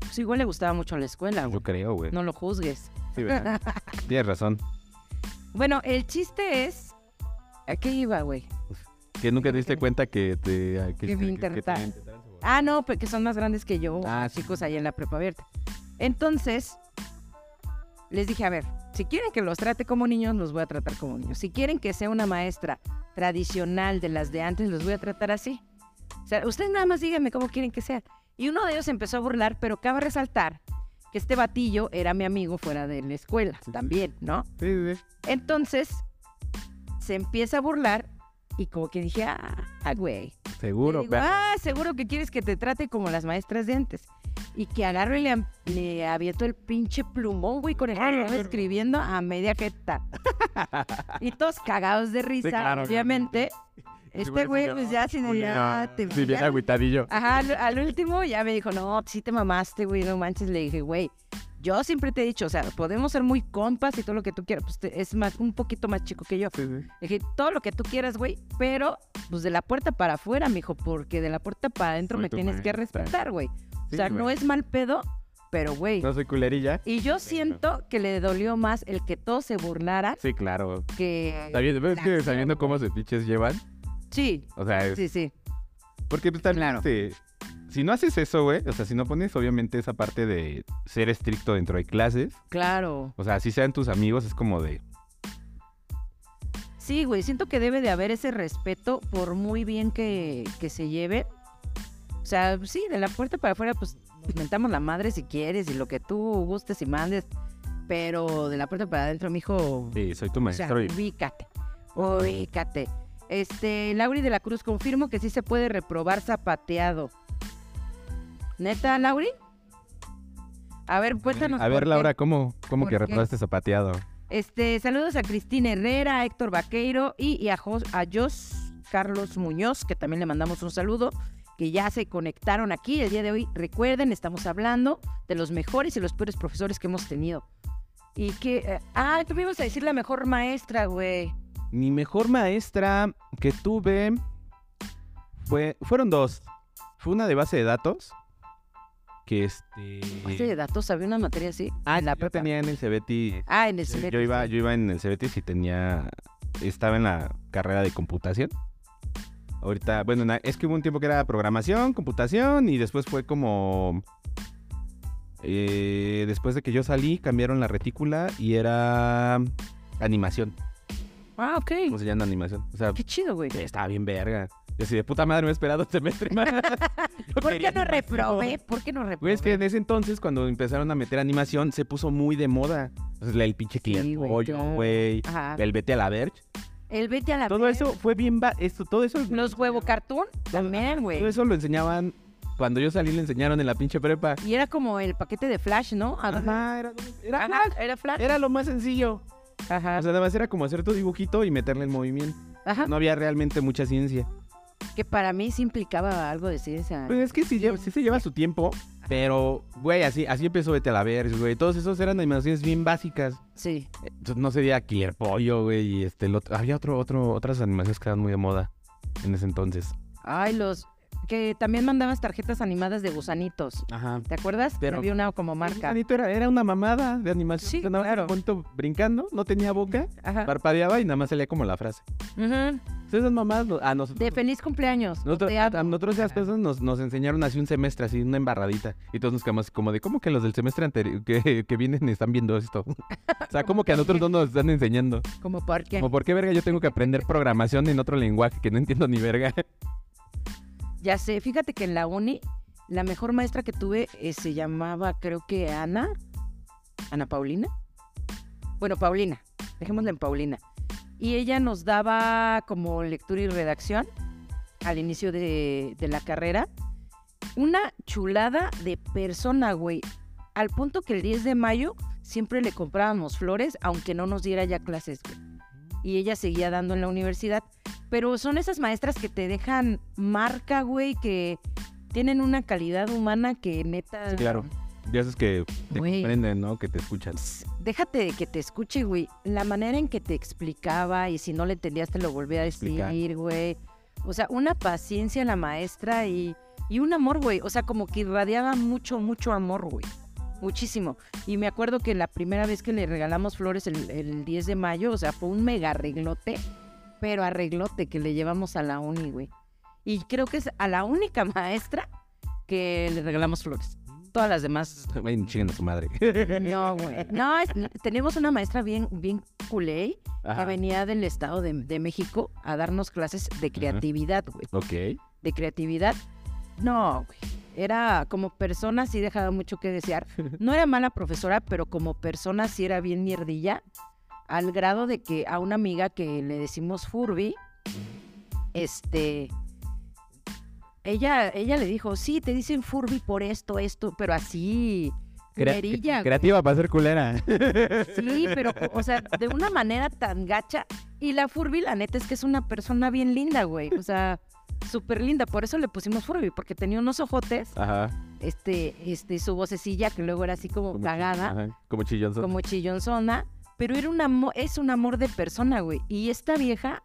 Pues igual le gustaba mucho la escuela,
Yo
güey.
creo, güey.
No lo juzgues.
Sí, ¿verdad? Tienes razón.
Bueno, el chiste es... ¿A qué iba, güey?
Que nunca te diste cuenta que te... ah,
Que me intenta- Ah, no, porque son más grandes que yo,
Ah, sí.
chicos, ahí en la prepa abierta. Entonces, les dije, a ver, si quieren que los trate como niños, los voy a tratar como niños. Si quieren que sea una maestra tradicional de las de antes, los voy a tratar así. O sea, ustedes nada más díganme cómo quieren que sea. Y uno de ellos empezó a burlar, pero cabe resaltar que este batillo era mi amigo fuera de la escuela
sí.
también, ¿no?
Sí, sí, sí.
Entonces, se empieza a burlar y como que dije, ah, güey. Le
Seguro.
digo,
vea.
ah, seguro que quieres que te trate como las maestras de antes. Y que agarro y le, am- le abierto el pinche plumón, güey, con el que estaba escribiendo a media jeta. y todos cagados de risa,
claro,
obviamente. Este
bueno,
güey,
sí,
pues ya sin el... ya Ah,
No,
te-
Ah, Sí, bien agüitadillo.
Ajá, al, al último ya me dijo, no, sí te mamaste, güey, no manches. Le dije, güey, yo siempre te he dicho, o sea, podemos ser muy compas y todo lo que tú quieras. Pues te- es más, un poquito más chico que yo.
Sí, sí.
Le dije, todo lo que tú quieras, güey, pero pues de la puerta para afuera, mijo, porque de la puerta para adentro
Soy
me
tu
tienes que
maestra.
respetar, güey. o
Sí,
sea, no
güey.
es mal pedo, pero güey.
No soy culerilla.
Y yo siento que le dolió más el que todos se burlaran
Sí, claro.
que.
Sabiendo, ves que
Claro.
sabiendo cómo se pinches llevan.
Sí,
O sea, es-
sí, sí.
Porque pues, también,
Claro.
este, si no haces eso, güey, o sea, si no pones obviamente esa parte de ser estricto dentro de clases,
Claro.
o sea, si sean tus amigos, es como de,
Sí, güey, siento que debe de haber ese respeto por muy bien que, que se lleve. O sea, sí, de la puerta para afuera, pues nos mentamos la madre si quieres y lo que tú gustes y mandes. Pero de la puerta para adentro, mijo,
sí, soy tu
O sea,
maestro y
ubícate, ubícate. Este, Lauri de la Cruz, confirmo que sí se puede reprobar zapateado. ¿Neta, Lauri? A ver, cuéntanos.
A
por
ver,
qué.
Laura, ¿cómo, cómo
¿Por
que
qué?
reprobaste zapateado?
Este, saludos a Cristina Herrera, a Héctor Vaqueiro y, y a, Jos- a Jos Carlos Muñoz, que también le mandamos un saludo, que ya se conectaron aquí el día de hoy. Recuerden, estamos hablando de los mejores y los peores profesores que hemos tenido. Y que, eh, ah, tú me ibas a decir la mejor maestra, güey.
Mi mejor maestra que tuve fue, fueron dos. Fue una de base de datos. Que este.
Base de datos, había una materia así.
Ah,
en la
yo
prepa.
tenía en el Cebeti. eh,
Ah, en el
Yo-
semestre,
Yo iba,
sí.
yo iba en el Cebetis y tenía. Estaba en la carrera de computación. Ahorita, bueno, na- es que hubo un tiempo que era programación, computación y después fue como. eh, después de que yo salí, cambiaron la retícula y era animación.
Ah, ok.
¿Cómo se llama animación? O sea,
Qué chido, güey.
estaba bien verga. Yo así de puta madre me he esperado este un semestre más. Yo
¿Por
quería
qué no
animación.
reprobé? ¿Por qué no
Güey,
reprobé?
Pues es que en ese entonces, cuando empezaron a meter animación, se puso muy de moda. O sea, el pinche cliente,
güey,
pollo,
no.
güey,
Ajá.
el vete a la verge.
El vete a la
Todo
verga.
eso fue bien. va- Esto, todo eso.
Los huevo cartoon también,
Todo
güey.
eso lo enseñaban. Cuando yo salí, le enseñaron en la pinche prepa.
Y era como el paquete de Flash, ¿no? A-
Ajá, era, era, ah,
Ajá, era Flash.
era lo más sencillo.
Ajá.
O sea, nada más era como hacer tu dibujito y meterle el movimiento.
Ajá.
No había realmente mucha ciencia.
Que para mí sí implicaba algo de ciencia.
Pues es que sí, lleva- sí se lleva su tiempo. Pero, güey, así, así empezó Vete a la Verge, güey. Todos esos eran animaciones bien básicas.
Sí.
Eh, No sería Killer Pollo, güey, y este, el otro- había otro, otro, otras animaciones que eran muy de moda en ese entonces.
Ay, los. Que también mandabas tarjetas animadas de gusanitos.
Ajá.
¿Te acuerdas?
Pero-
Había una como marca.
era, era una mamada de animación.
Sí,
Sí, claro. brincando, no tenía boca,
Ajá.
parpadeaba y nada más salía como la frase.
Ujú.
Entonces esas mamadas no- a nosotros...
De feliz cumpleaños.
nosotros,
te
a
amo.
nosotros esas cosas nos, nos enseñaron hace un semestre, así, una embarradita. Y todos nos quedamos como de, ¿cómo que los del semestre anterior que, que vienen están viendo esto? o sea, como que a nosotros no nos están enseñando.
Como porque.
Como, ¿por qué verga yo tengo que aprender programación en otro lenguaje que no entiendo ni verga?
Ya sé, fíjate que en la uni, la mejor maestra que tuve eh, se llamaba, creo que Ana. ¿Ana Paulina? Bueno, Paulina. Dejémosla en Paulina. Y ella nos daba como lectura y redacción al inicio de, de la carrera. Una chulada de persona, güey. Al punto que el 10 de mayo siempre le comprábamos flores, aunque no nos diera ya clases, güey. Y ella seguía dando en la universidad. Pero son esas maestras que te dejan marca, güey, que tienen una calidad humana que neta.
Claro. Ya esos que te
Güey.
comprenden, ¿no? Que te escuchan.
Ps, Déjate de que te escuche, güey. La manera en que te explicaba y si no le entendías te lo volví a
Explicar.
decir, güey. O sea, una paciencia en la maestra y, y un amor, güey. O sea, como que irradiaba mucho, mucho amor, güey. Muchísimo. Y me acuerdo que la primera vez que le regalamos flores el, el 10 de mayo, o sea, fue un mega arreglote, pero arreglote que le llevamos a la uni, güey. Y creo que es a la única maestra que le regalamos flores. Todas las demás
Ven, chinguen a su madre.
no, güey. No, es- tenemos una maestra bien, bien culé que
Ajá.
venía del Estado de, de México a darnos clases de creatividad, güey.
Ok.
De creatividad. No, güey. Era como persona, sí dejaba mucho que desear. No era mala profesora, pero como persona sí era bien mierdilla. Al grado de que a una amiga que le decimos Furby, este. Ella, ella le dijo, sí, te dicen Furby por esto, esto, pero así.
Crea-
culerilla, güey.
creativa para ser culera.
Sí, pero, o sea, de una manera tan gacha. Y la Furby, la neta, es que es una persona bien linda, güey. O sea, súper linda. Por eso le pusimos Furby, porque tenía unos ojotes,
Ajá.
este, este, su vocecilla, que luego era así como
Como
cagada,
Ajá. Como chillonzo.
como chillonzona. Pero era un amor, es un amor de persona, güey. Y esta vieja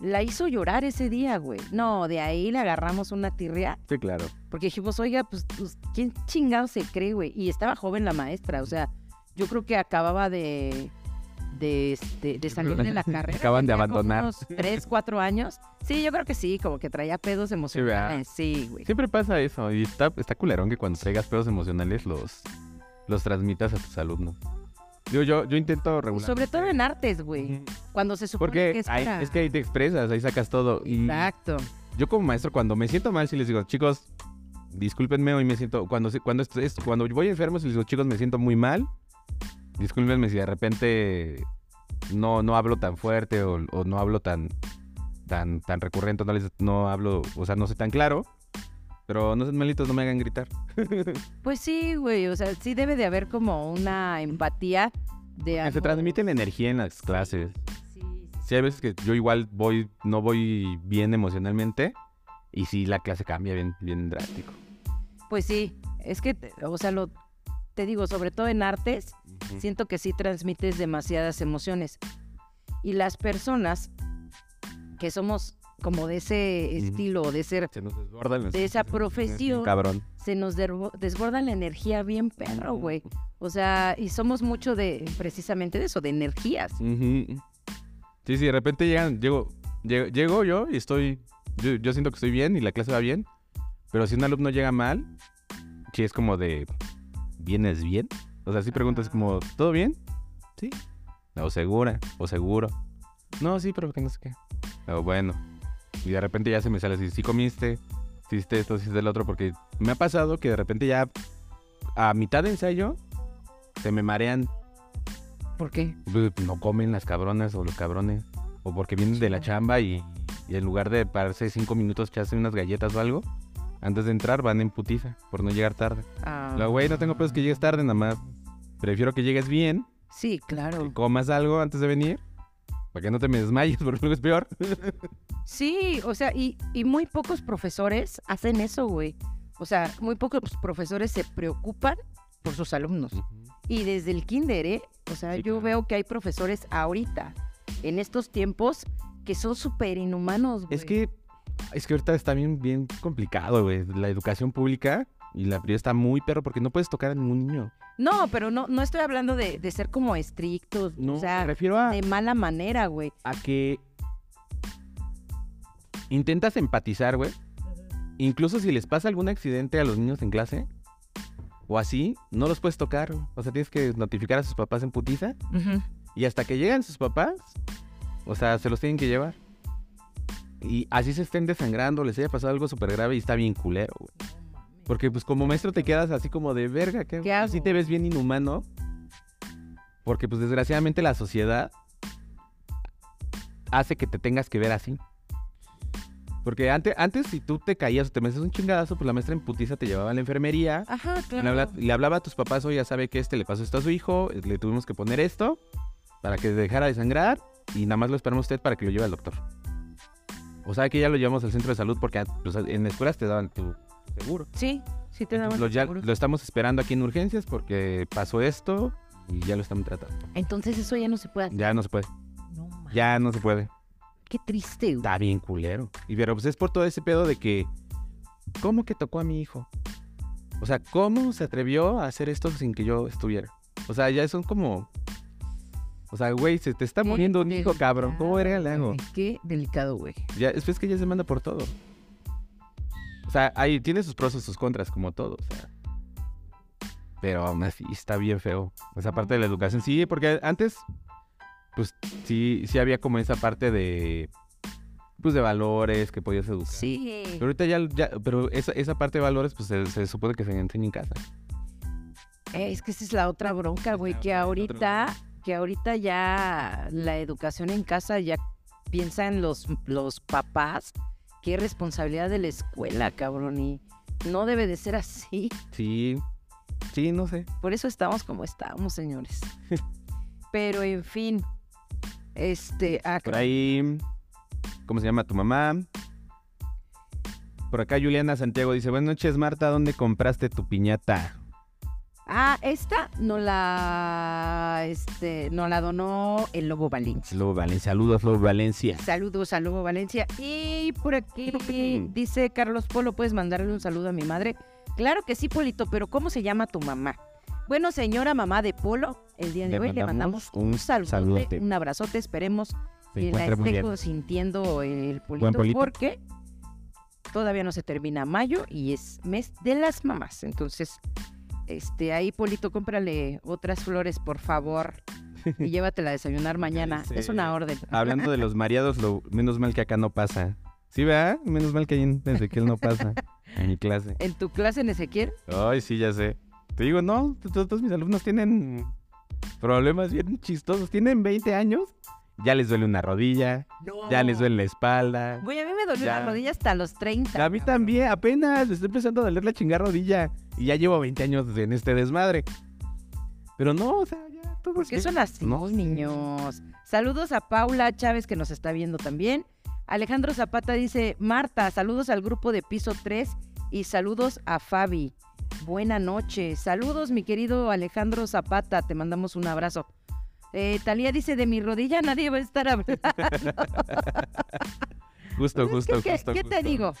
la hizo llorar ese día, güey. No, de ahí le agarramos una tirria.
Sí, claro.
Porque dijimos, oiga, pues, pues, ¿quién chingado se cree, güey? Y estaba joven la maestra, o sea, yo creo que acababa de, de, este, de salir de la carrera.
Acaban de
tenía como
abandonar.
Unos tres, cuatro años. Sí, yo creo que sí, como que traía pedos emocionales. Sí, güey.
Siempre pasa eso. Y está, está culerón que cuando traigas pedos emocionales los, los transmitas a tus alumnos. Yo, yo, yo intento regular.
Sobre todo en artes, güey. Cuando se supone que
Porque
es
ahí-
para-
es que ahí te expresas, ahí sacas todo. Y
Exacto.
yo como maestro cuando me siento mal si les digo, chicos, discúlpenme, hoy me siento cuando se- cuando esto- esto- cuando voy enfermo si les digo, chicos, me siento muy mal. Discúlpenme si de repente no no hablo tan fuerte o, o no hablo tan tan tan recurrente, no les no hablo, o sea, no soy tan claro. Pero no sean malitos, no me hagan gritar.
Pues sí, güey, o sea, sí debe de haber como una empatía de...
Se
ambos.
transmite la energía en las clases.
Sí, sí, sí.
sí hay veces que yo igual voy, no voy bien emocionalmente y sí la clase cambia bien, bien drástico.
Pues sí, es que, te- o sea, lo, te digo, sobre todo en artes, siento que sí transmites demasiadas emociones. Y las personas que somos como de ese
Ujú.
estilo, o de ser,
Se nos desbordan las
de esa
cosas, se nos ponen bien
profesión.
Cabrón.
se nos derbo- desborda la energía bien perro, güey. O sea, y somos mucho de, precisamente de eso, de energías.
Ujú. Sí, sí, de repente llegan, llego, llego, llego yo y estoy, yo, yo siento que estoy bien y la clase va bien, pero si un alumno llega mal, sí es como de, ¿vienes bien? O sea, si preguntas como, ¿todo bien? Sí. O segura, o seguro. No, sí, pero que no sé qué. O bueno. Y de repente ya se me sale así, sí comiste, sí hiciste esto, sí hiciste el otro, porque me ha pasado que de repente ya a mitad de ensayo se me marean
¿Por qué?
pues, no comen las cabronas o los cabrones. O porque vienen de la chamba y, y en lugar de pararse cinco minutos echarse unas galletas o algo, antes de entrar van en putiza por no llegar tarde.
Ah,
La güey, no tengo pedos que llegues tarde, nada más. Prefiero que llegues bien,
Sí, claro.
que comas algo antes de venir, para que no te me desmayes, porque luego es peor.
Sí, o sea, y, y muy pocos profesores hacen eso, güey. O sea, muy pocos profesores se preocupan por sus alumnos. Y desde el kinder, ¿eh? O sea,
Sí,
yo
claro.
veo que hay profesores ahorita, en estos tiempos, que son súper inhumanos, güey.
Es que, es que ahorita está bien, bien complicado, güey. La educación pública y la privada está muy perro porque no puedes tocar a ningún niño.
No, pero no, no estoy hablando de, de ser como estrictos,
No,
o sea,
me refiero a...
de mala manera, güey.
a que intentas empatizar, güey. Incluso si les pasa algún accidente a los niños en clase o así, no los puedes tocar. güey. O sea, tienes que notificar a sus papás en putiza y hasta que llegan sus papás, o sea, se los tienen que llevar. Y así se estén desangrando, les haya pasado algo súper grave y está bien culero, güey. Porque pues como maestro te quedas así como de verga, que
¿Qué
así
hago?
te ves bien inhumano. Porque pues desgraciadamente la sociedad hace que te tengas que ver así. Porque antes, antes si tú te caías o te metes un chingadazo, pues la maestra en putiza te llevaba a la enfermería.
Ajá,
Le,
claro.
habla- le hablaba a tus papás, oye, ya sabe que este le pasó esto a su hijo, le tuvimos que poner esto para que dejara de sangrar y nada más lo esperamos a usted para que lo lleve al doctor. O sea, que ya lo llevamos al centro de salud porque pues, en escuelas te daban tu seguro.
Sí, sí te daban
Lo, ya-
seguro.
lo estamos esperando aquí en urgencias porque pasó esto y ya lo estamos tratando.
Entonces eso ya no se puede hacer.
Ya no se puede,
No, ma,
ya no se puede.
Qué triste, güey.
Está bien culero. Y pero pues es por todo ese pedo de que, ¿cómo que tocó a mi hijo? O sea, ¿cómo se atrevió a hacer esto sin que yo estuviera? O sea, ya son como... O sea, güey, se te está
Qué
muriendo un hijo, cabrón. ¿Cómo verga le hago?
Ay, Qué delicado, güey.
Ya, es es que ya se manda por todo. O sea, ahí tiene sus pros y sus contras, como todo. o sea. Pero aún así está bien feo. Esa parte de la educación. Sí, porque antes, pues sí, sí había como esa parte de. Pues de valores que podías educar.
Sí.
Pero ahorita ya, ya- pero esa, esa parte de valores, pues se, se supone que se enseña en casa.
Eh, es que esa es la otra bronca, güey,
la-
que
la otra
ahorita, que ahorita ya la educación en casa ya piensan los, los papás que es responsabilidad de la escuela, cabrón, y no debe de ser así.
Sí, sí, no sé.
Por eso estamos como estamos, señores. Pero en fin, este, ah,
Por ahí, ¿cómo se llama tu mamá? Por acá Juliana Santiago dice, buenas noches Marta, ¿dónde compraste tu piñata?
ah, esta no la, este, no la donó el Lobo Valencia.
Lobo Valencia, saludos Lobo Valencia.
Saludos a Lobo Valencia. Y por aquí dice Carlos Polo, ¿puedes mandarle un saludo a mi madre? Claro que sí, Polito, pero ¿cómo se llama tu mamá? Bueno, señora mamá de Polo, el día de
Le
hoy le mandamos
mandamos
un
un
saludote,
saludote.
un abrazote, esperemos que la
encuentra muy
esté
bien.
consintiendo el Polito,
Buen Polito.
porque todavía no se termina mayo y es mes de las mamás. Entonces, este, ahí Polito, cómprale otras flores, por favor, y llévatela a desayunar mañana.
dice-
Es una orden.
Hablando de los mareados, lo, menos mal que acá no pasa. ¿Sí, verdad? Menos mal que ahí en Ezequiel no pasa. En mi clase.
¿En tu clase en Ezequiel?
Ay, sí, ya sé. Te digo, no, t- todos mis alumnos tienen problemas bien chistosos. Tienen 20 años, ya les duele una rodilla, ya les duele la espalda.
Güey, a mí me dolió
Ya.
la rodilla hasta los 30.
A mí también, apenas me está empezando a doler la chingada rodilla. Y ya llevo 20 años en este desmadre. Pero no, o sea, ya todo
Porque son así,
No,
niños. Saludos a Paula Chávez que nos está viendo también. Alejandro Zapata dice, Marta, saludos al grupo de piso 3 y saludos a Fabi. Buena noche. Saludos, mi querido Alejandro Zapata. Te mandamos un abrazo. Eh, Talía dice, de mi rodilla nadie va a estar hablando.
Justo,
Pues es que, ¿qué,
justo, justo.
qué te
justo.
digo?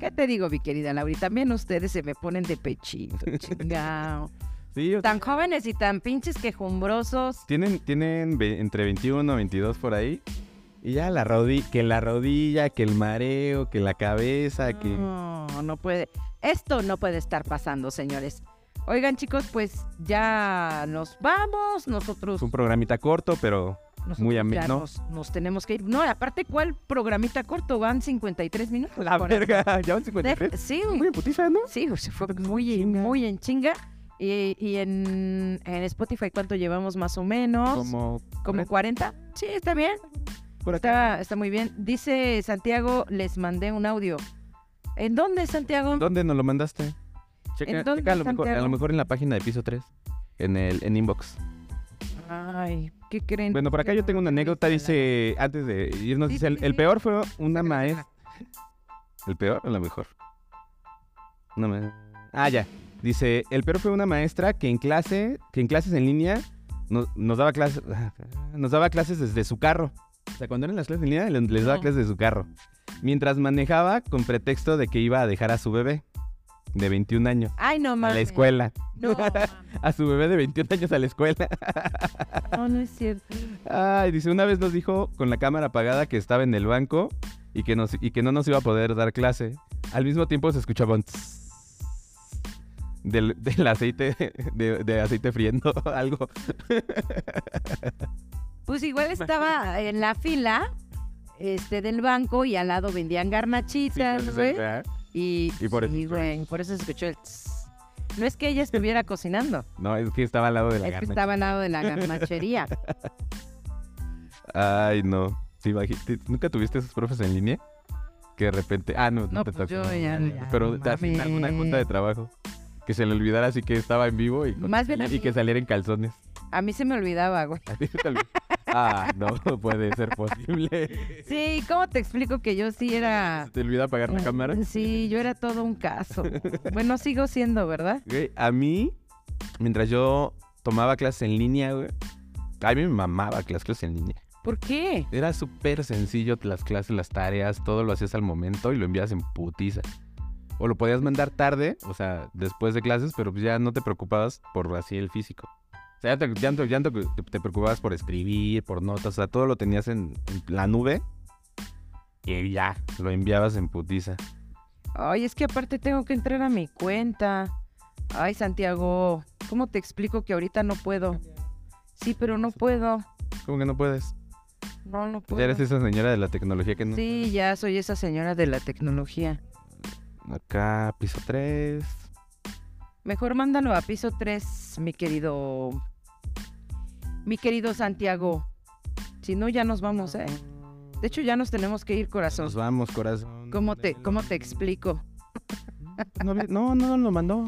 ¿Qué te digo, mi querida Laura? Y También ustedes se me ponen de pechito, chingao.
Sí, yo-
Tan jóvenes y tan pinches quejumbrosos.
tienen, tienen ve- entre 21 22 por ahí. Y ya la rodilla, que la rodilla, que el mareo, que la cabeza, que...
No, no puede. Esto no puede estar pasando, señores. Oigan, chicos, pues ya nos vamos. Nosotros,
Es un programita corto, pero
nosotros
muy
ya
ameno.
nos, nos tenemos que ir. No, aparte, ¿cuál programita corto? Van 53 minutos.
La
Pues, Por-
verga, ya van
Def-
53.
Sí,
Muy Pues, putiza, ¿no?
Sí, se fue muy, muy en chinga. Y, y en, en Spotify, ¿cuánto llevamos más o menos?
Como...
¿Como
tres
40? Sí, está bien.
por acá.
Está, está muy bien. Dice Santiago, les mandé un audio. ¿En dónde, Santiago?
¿Dónde nos lo mandaste? Checa,
¿En dónde,
checa a, lo mejor, a
Santiago?
lo mejor en la página de piso 3. En el en inbox.
Ay, ¿qué creen?
Bueno, por acá yo tengo una anécdota. Dice, antes de irnos, dice, el, el peor fue una maestra. ¿El peor o la mejor? No me... Ah, ya. Dice, el peor fue una maestra que en clase, que en clases en línea, no- nos, daba clases, nos daba clases desde su carro. O sea, cuando eran las clases en línea, le- les, daba
Ujú.
clases desde su carro. Mientras manejaba con pretexto de que iba a dejar a su bebé de 21 años
Ay, no
a
mames.
la escuela.
No, mames.
A su bebé de 21 años a la escuela.
no, no es cierto.
Ay, dice, una vez nos dijo con la cámara apagada que estaba en el banco y que, nos, y que no nos iba a poder dar clase. Al mismo tiempo se escuchaba un tss del, del aceite, de, de aceite friendo algo.
Pues igual estaba en la fila este, del banco y al lado vendían garnachitas, güey. Y,
Y por eso
sí,
escuchó.
güey, por eso se escuchó el tss. No es que ella estuviera cocinando,
No, es que estaba al lado de la
es que
garnacha.
estaba al lado de la garnachería.
Ay, no. ¿Te imagi- te- ¿Nunca tuviste esos profes en línea? Que de repente... Ah, no, no,
No,
te
pues
tocó.
yo ya- ya,
Pero
no
te hacen alguna junta de
mames.
trabajo. Que se le olvidara así que estaba en vivo y, con-
Más bien a
y
mí.
que saliera en calzones.
A mí se me olvidaba, güey.
A ti se te olvidó. ah, no puede ser posible.
Sí, ¿cómo te explico que yo sí era...
¿Se te olvida apagar la cámara?
Ah, eh, Sí, yo era todo un caso. Bueno, sigo siendo, ¿verdad?
Güey, a mí, mientras yo tomaba clases en línea, güey, a mí me mamaba que las clases en línea.
¿Por qué?
Era súper sencillo las clases, las tareas, todo lo hacías al momento y lo enviabas en putiza. O lo podías mandar tarde, o sea, después de clases, pero pues ya no te preocupabas por así el físico. O sea, ya, te, ya no- ya no te- te preocupabas por escribir, por notas, o sea, todo lo tenías en, en la nube y ya, lo enviabas en putiza.
Ay, es que aparte tengo que entrar a mi cuenta. Ay, Santiago, ¿cómo te explico que ahorita no puedo? Sí, pero no puedo.
¿Cómo que no puedes?
No, no
Pues Ya eres
puedo.
esa señora de la tecnología que no...
Sí, ya soy esa señora de la tecnología.
Acá, piso 3.
Mejor mándalo a piso 3, mi querido. Mi querido Santiago. Si no, ya nos vamos, ¿eh? De hecho, ya nos tenemos que ir, corazón.
Nos vamos, corazón.
¿Cómo te, cómo te explico?
No, había- no, no, lo mandó.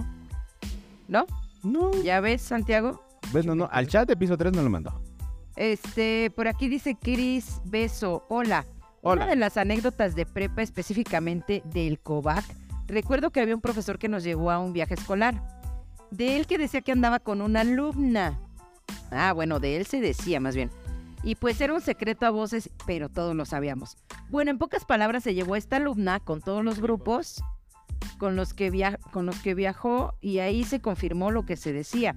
¿No?
No.
¿Ya ves, Santiago?
Bueno, no, al chat de piso 3 no lo mandó.
Este, por aquí dice Cris Beso. Hola. Una
Hola.
de las anécdotas de prepa, específicamente del COVAC, recuerdo que había un profesor que nos llevó a un viaje escolar. De él que decía que andaba con una alumna. Ah, bueno, de él se decía más bien. Y pues era un secreto a voces, pero todos lo sabíamos. Bueno, en pocas palabras se llevó a esta alumna con todos los grupos con los que, via- con los que viajó y ahí se confirmó lo que se decía.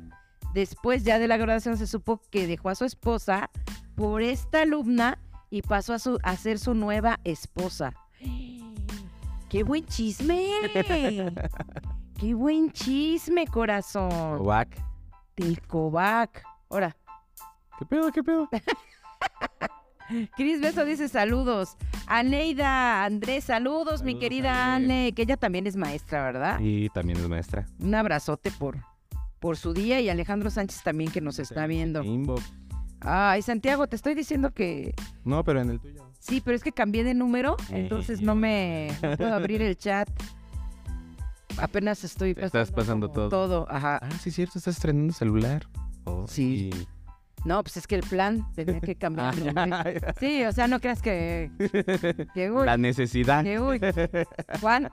Después ya de la graduación se supo que dejó a su esposa por esta alumna y pasó a, su- a ser su nueva esposa. ¡Qué buen chisme! ¡Qué buen chisme, corazón!
Ovac.
Del Kovac. Ahora,
¿Qué pedo, qué pedo?
Cris Beso dice saludos. Aleida, Andrés, saludos, mi
Saludos,
querida
Ale.
Ale, que ella también es maestra, ¿verdad?
Y también es maestra.
Un abrazote por, por su día y Alejandro Sánchez también que nos está viendo.
Inbox.
Ay, Santiago, te estoy diciendo que
No, pero en el tuyo.
sí, pero es que cambié de número, entonces no me no puedo abrir el chat. Apenas estoy
Estás pasando
como
todo.
Todo, ajá.
Ah, sí, es cierto, estás estrenando celular. Oh,
Sí.
y-
No, pues es que el plan tenía que
Ah,
cambiarlo. güey.
ya, ya.
Sí, o sea, no creas que. que uy,
La necesidad.
que uy, ¿cuánto?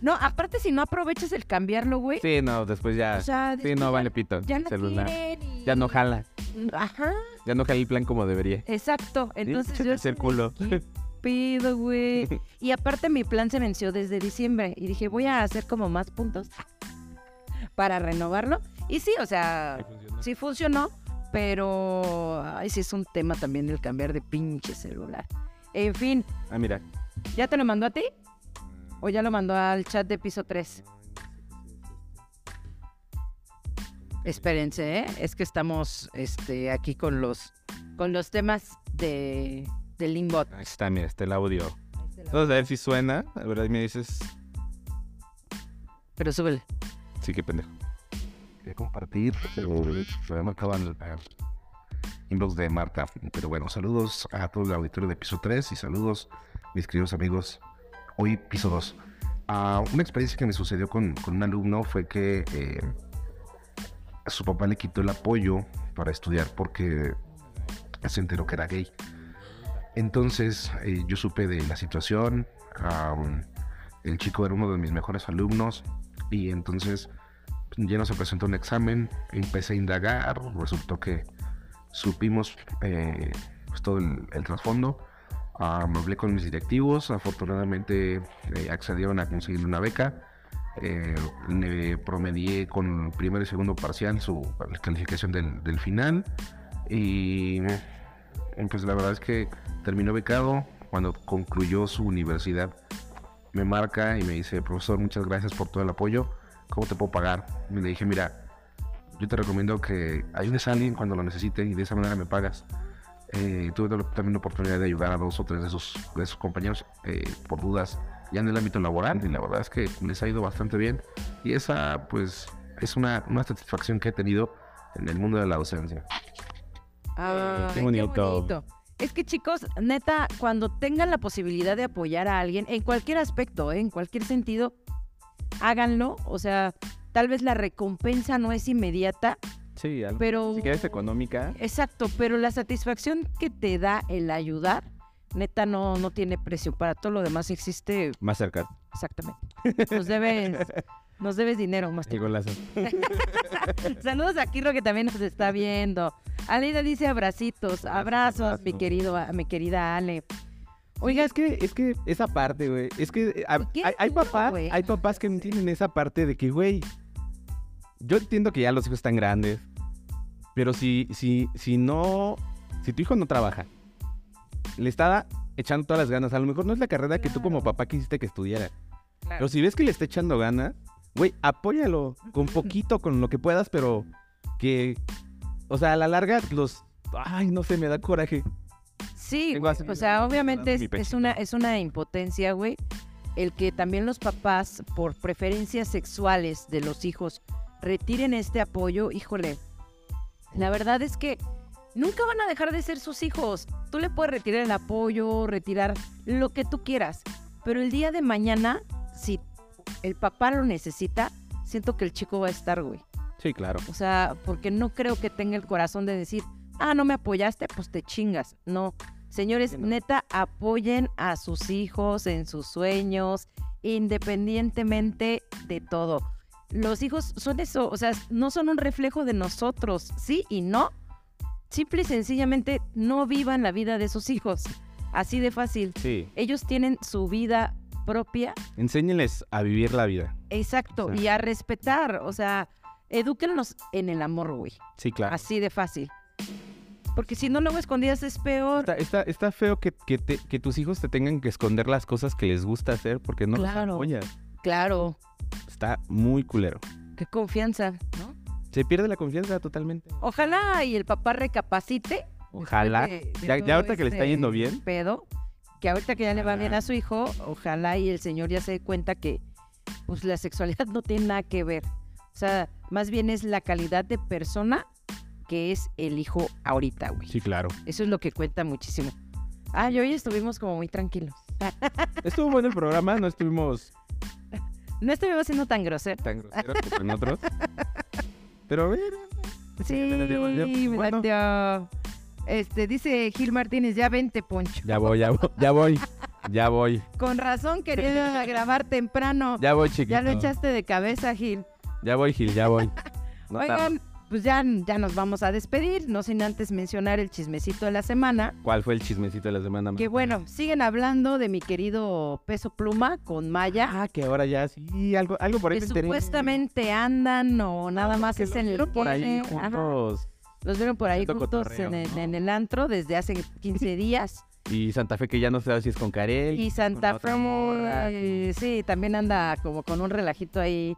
No, aparte, si no aprovechas el cambiarlo, güey.
Sí, no, después ya.
O sea,
sí,
después
no
ya-
vale pito.
Ya no
celular.
quieren y-
Ya no jala.
Ajá,
Ya no jala el plan como debería.
exacto. Entonces yo.
el culo.
¿Qué pedo, güey? Y aparte mi plan se venció desde diciembre y dije, voy a hacer como más puntos para renovarlo. Y sí, o sea, sí funcionó, pero ay, sí es un tema también el cambiar de pinche celular. En fin,
Ah, mira.
¿ya te lo mandó a ti? ¿O ya lo mandó al chat de piso 3? Espérense, ¿eh? es que estamos este, aquí con los, con los temas de, del inbox.
Ahí está, mira, está el audio. Vamos a ver si suena. A ver, ahí me dices.
Pero súbele.
Sí, qué pendejo.
quería compartir, pero lo había marcado en el eh, inbox de Marta. Pero bueno, saludos a todo el auditorio de piso 3 y saludos, mis queridos amigos. Hoy piso 2. Ah, una experiencia que me sucedió con, con un alumno fue que eh, su papá le quitó el apoyo para estudiar porque se enteró que era gay. Entonces eh, yo supe de la situación. ah, el chico era uno de mis mejores alumnos y entonces ya no se presentó un examen, empecé a indagar, resultó que supimos eh, pues, todo el, el trasfondo, Ah, me hablé con mis directivos, afortunadamente eh, accedieron a conseguir una beca, eh, le promedié con el primer y segundo parcial su calificación del, del final y eh, pues la verdad es que terminó becado cuando concluyó su universidad. Me marca y me dice, profesor, muchas gracias por todo el apoyo. ¿cómo te puedo pagar? Y le dije, mira, yo te recomiendo que ayudes a alguien cuando lo necesiten y de esa manera me pagas. Eh, tuve la- también la oportunidad de ayudar a dos o tres de sus, de sus compañeros eh, por dudas ya en el ámbito laboral y la verdad es que les ha ido bastante bien y esa pues es una, una satisfacción que he tenido en el mundo de la docencia.
Ah,
Qué bonito.
Es que chicos, neta, cuando tengan la posibilidad de apoyar a alguien, en cualquier aspecto, ¿eh? en cualquier sentido, háganlo. O sea, tal vez la recompensa no es inmediata,
Sí, algo.
pero...
Si quieres económica.
Exacto, pero la satisfacción que te da el ayudar, neta, no, no tiene precio. Para todo lo demás existe
Más cerca.
exactamente. Nos debes, nos debes dinero, más
Llegó la
Saludos a Kirro que también nos está viendo. Aleida dice abracitos, abrazos, mi
abrazos.
querido, a mi querida Ale.
Oiga, es que, es que esa parte, güey. Es que eh, a-
qué
hay, hay
duro,
papás,
güey.
hay papás que no tienen esa parte de que, güey. Yo entiendo que ya los hijos están grandes. Pero si, si, si no. Si tu hijo no trabaja, le está echando todas las ganas. A lo mejor no es la carrera que tú como papá quisiste que estudiara. Pero si ves que le está echando ganas, güey, apóyalo. Con poquito, con lo que puedas, pero que. O sea, a la larga, los. Ay, no sé, me da coraje.
Sí,
Tengo
güey,
así
o sea, obviamente es,
mi
es una, es una impotencia, güey. El que también los papás, por preferencias sexuales de los hijos, retiren este apoyo, híjole. La verdad es que nunca van a dejar de ser sus hijos. Tú le puedes retirar el apoyo, retirar lo que tú quieras. Pero el día de mañana, si el papá lo necesita, siento que el chico va a estar, güey.
Sí, claro.
O sea, porque no creo que tenga el corazón de decir, ah, no me apoyaste, pues te chingas. No. Señores,
Sí, no.
neta, apoyen a sus hijos en sus sueños, independientemente de todo. Los hijos son eso, o sea, no son un reflejo de nosotros, sí y no. Simple y sencillamente no vivan la vida de sus hijos. Así de fácil.
Sí.
Ellos tienen su vida propia
Enséñenles a vivir la vida.
Exacto,
Sí.
y a respetar, o sea, edúquenlos en el amor, güey.
Sí, claro.
Así de fácil. Porque si no, luego escondidas es peor.
Está, está- está feo que, que te- que tus hijos te tengan que esconder las cosas que les gusta hacer porque no las
Claro.
apoyas.
Claro,
Está muy culero.
qué confianza, ¿no?
Se pierde la confianza totalmente.
Ojalá y el papá recapacite.
Ojalá.
después de- de
Ya,
todo
ya ahorita que le está
este
yendo bien.
Pedo, que ahorita que ya le va bien
Ojalá.
a su hijo, ojalá y el señor ya se dé cuenta que pues la sexualidad no tiene nada que ver. O sea, más bien es la calidad de persona que es el hijo ahorita, güey.
Sí, claro.
Eso es lo que cuenta muchísimo. Ah, y hoy estuvimos como muy tranquilos.
Estuvo bueno el programa, no estuvimos
No estuvimos siendo tan groseros.
tan groseros como en otros. Pero a ver,
Sí, me
Bueno,
lateó. Este, dice Gil Martínez, ya vente, Poncho.
ya voy, ya voy, ya voy, ya voy,
Con razón quería grabar temprano. Ya,
ya voy, chiquito.
lo echaste de cabeza, Gil.
Ya voy, Gil, ya voy. No tarda.
Oigan, pues ya, ya nos vamos a despedir, no sin antes mencionar el chismecito de la semana.
¿Cuál fue el chismecito de la semana?
Que bueno, siguen hablando de mi querido peso pluma con Maya.
Ah, que ahora ya sí, algo, algo por ahí
que
me enteré. Ah,
supuestamente andan o nada más
Que
es
los
en el
vieron por ahí
cine. Ajá.
juntos.
Los vieron por ahí
Haciendo
juntos en
cotorreo,
el,
¿no?
en el antro desde hace 15 días.
Y Santa Fe que ya no sabe si es con Karel.
Y Santa
con otra morra.
Fe, sí, también anda como con un relajito ahí,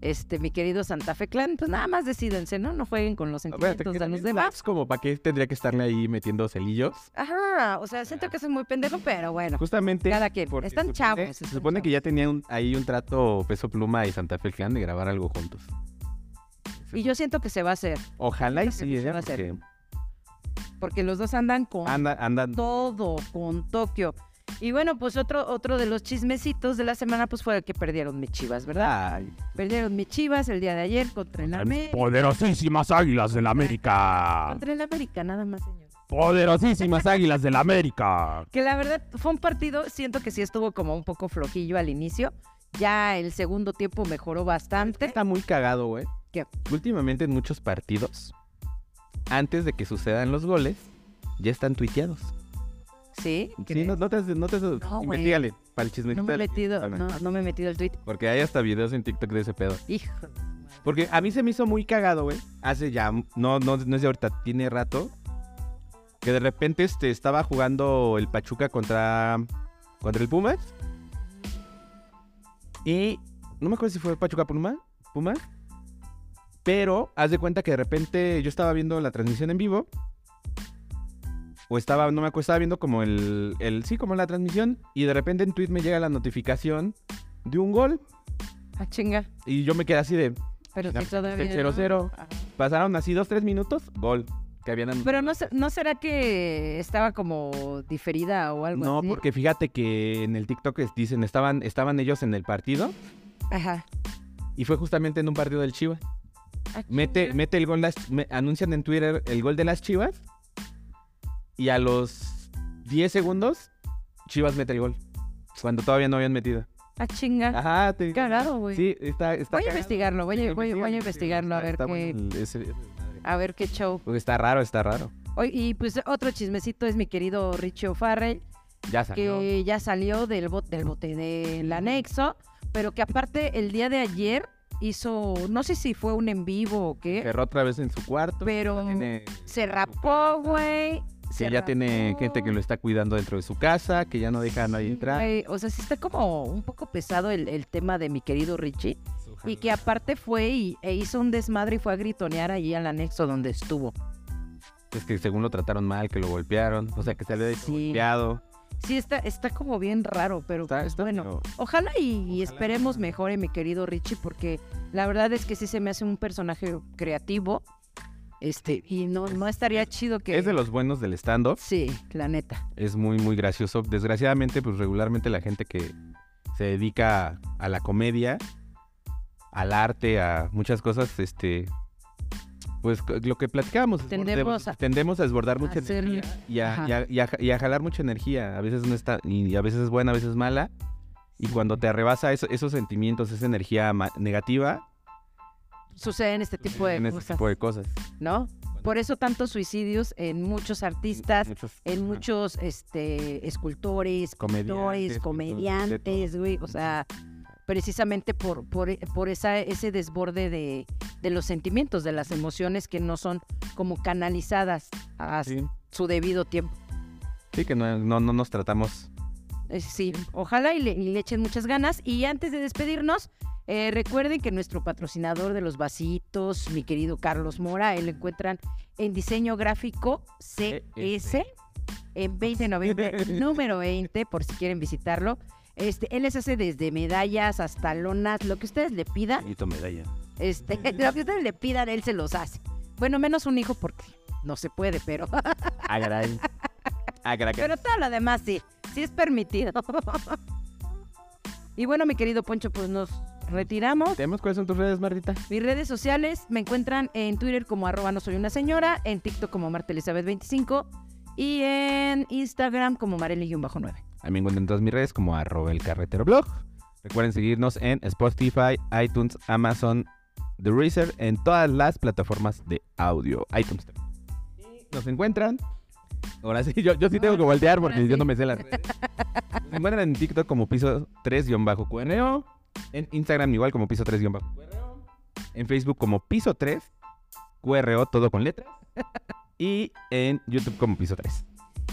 este, mi querido Santa Fe Clan. Pues nada más decídense, ¿no? No jueguen con los
Ah, bueno, te-
sentimientos de los
también
demás.
es como para qué tendría que estarle ahí metiendo celillos.
Ajá, o sea, siento que soy muy pendejo, pero bueno.
Justamente.
Cada quien.
porque
Están
supone-
chavos,
Se
están
supone que ya tenían un- ahí un trato peso pluma y Santa Fe Clan de grabar algo juntos.
Y yo siento que se va a hacer,
Ojalá y
creo que
sí,
sí se
¿eh?
va a hacer.
Porque
porque los dos andan con
anda, andan.
todo, con Tokio. Y bueno, pues otro, otro de los chismecitos de la semana, pues fue el que perdieron mis chivas, ¿verdad?
Ay,
Perdieron mis chivas el día de ayer contra el América.
Poderosísimas águilas del
Ah.
América.
Contra el América, nada más, señor.
Poderosísimas águilas del América.
Que la verdad fue un partido, siento que sí estuvo como un poco flojillo al inicio. Ya el segundo tiempo mejoró bastante.
está muy cagado, güey.
¿Qué?
Últimamente en muchos partidos, antes de que sucedan los goles, ya están tuiteados.
Sí,
Sí, no,
¿crees?
no te... No te
No, güey.
investígale, para el chisme.
no me he metido, no, no me he metido el tweet.
Porque hay hasta videos en TikTok de ese pedo.
Hijo.
Porque a mí se me hizo muy cagado, güey. Hace ya, no, no, no es de ahorita, tiene rato. Que de repente este, estaba jugando el Pachuca contra, contra el Pumas. Y no me acuerdo si fue Pachuca Puma. Puma. Pero haz de cuenta que de repente yo estaba viendo la transmisión en vivo. O estaba, no me acuerdo, estaba viendo como el, el. Sí, como la transmisión. Y de repente en tweet me llega la notificación de un gol.
Ah, chinga.
Y yo me quedé así de.
Pero
Ya,
sí todavía.
0-0.
Ajá.
Pasaron así dos, tres minutos, gol. Que habían anotado.
Pero no, se- no será que estaba como diferida o algo
No,
así.
porque fíjate que en el TikTok es- dicen, estaban, estaban ellos en el partido
Ajá.
y fue justamente en un partido del Chivas.
Ah,
Mete, mete el gol, las, me- anuncian en Twitter el gol de las Chivas y a los 10 segundos Chivas mete el gol. Cuando todavía no habían metido.
Ah, chinga.
Ajá, te digo.
Cagado, güey.
Sí, está, está
voy a
cagado.
investigarlo, voy a, voy,
Investiga,
voy a
investiga,
investigarlo a
está-
ver
está
qué,
bueno el- ese-
a ver qué show.
porque está raro, está raro.
Oy, y pues otro chismecito es mi querido Richie O'Farrell,
Ya salió.
que ya salió del, bot- del bote del anexo, pero que aparte el día de ayer hizo, no sé si fue un en vivo o qué,
Cerró otra vez en su cuarto.
pero
Tiene-
se rapó, güey.
Sí,
se
ya tiene gente que lo
rapó.
está cuidando dentro de su casa, que ya no deja a nadie entrar.
Güey, o sea, sí está como un poco pesado el, el tema de mi querido Richie. Y que aparte fue y, e hizo un desmadre y fue a gritonear allí al anexo donde estuvo.
Es que según lo trataron mal, que lo golpearon, o sea, que salió de
Sí.
golpeado.
Sí, está, está como bien raro, pero
Está,
pues,
está
bueno.
medio-
Ojalá y esperemos mejore, mi querido Richie, porque la verdad es que sí se me hace un personaje creativo. Este, y no, no estaría chido que.
Es de los buenos del stand-up,
Sí, la neta.
es muy, muy gracioso. Desgraciadamente, pues regularmente la gente que se dedica a la comedia, al arte, a muchas cosas, este... Pues c- lo que platicábamos,
Tendemos a-
tendemos a desbordar mucha
Hacer-
energía y a,
Ajá.
y a- y a- y a jalar mucha energía. A veces no está, y a veces es buena, a veces es mala. Y cuando te arrebasa eso- esos sentimientos, esa energía ma- negativa,
Suceden este tipo de
en ese
cosas,
tipo de cosas.
¿no? Por eso tantos suicidios en muchos artistas,
Muchos-
en
ajá.
muchos este, escultores,
Comediantes,
pintores, comediantes, güey. O sea, precisamente por, por, e- por esa, ese desborde de, de los sentimientos, de las emociones que no son como canalizadas a
Sí,
su debido tiempo.
sí, que no, no, no nos tratamos.
Eh, Sí, ojalá y le, y le echen muchas ganas. Y antes de despedirnos, eh, recuerden que nuestro patrocinador de los vasitos, mi querido Carlos Mora, él lo encuentran en diseño gráfico CS en 2090, número 20, por si quieren visitarlo. Este, él les hace desde medallas hasta lonas, lo que ustedes le pidan,
Y tu medalla.
este, lo que ustedes le pidan, él se los hace. Bueno, menos un hijo porque no se puede, pero,
Agaray. Agaray.
pero todo lo demás sí, sí es permitido. Y bueno, mi querido Poncho, pues nos retiramos.
¿Tenemos cuáles son tus redes, Martita?
Mis redes sociales me encuentran en Twitter como arroba no soy una señora, en TikTok como Marta Elizabeth 25 y en Instagram como Marely-9.
A mí me encuentran en todas mis redes como arroba el carretero blog. Recuerden seguirnos en Spotify, iTunes, Amazon, The Razer, en todas las plataformas de audio. iTunes también. Y nos encuentran. Ahora sí, yo, yo sí tengo que voltear porque
ahora
yo
sí.
no me sé las redes. Nos encuentran en TikTok como piso 3-QRO. En Instagram igual como piso 3-QRO. En Facebook como piso 3 QRO, todo con letras. Y en YouTube como piso 3.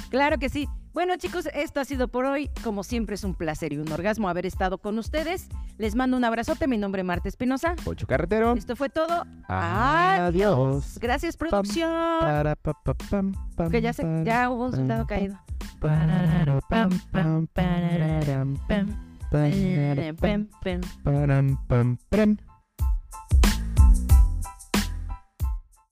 Claro que sí. Bueno chicos, esto ha sido por hoy. Como siempre es un placer y un orgasmo haber estado con ustedes. Les mando un abrazote. Mi nombre es Marta Espinosa.
Ocho carretero.
Esto fue todo.
啊
啊
Adiós.
Gracias producción.
Para, pa, pa, pam, pam,
Que ya, se,
para,
ya hubo un soldado caído.
parara, pam,
Iya,
pam, pararam, pam, pararam, pam, param, pam, pam.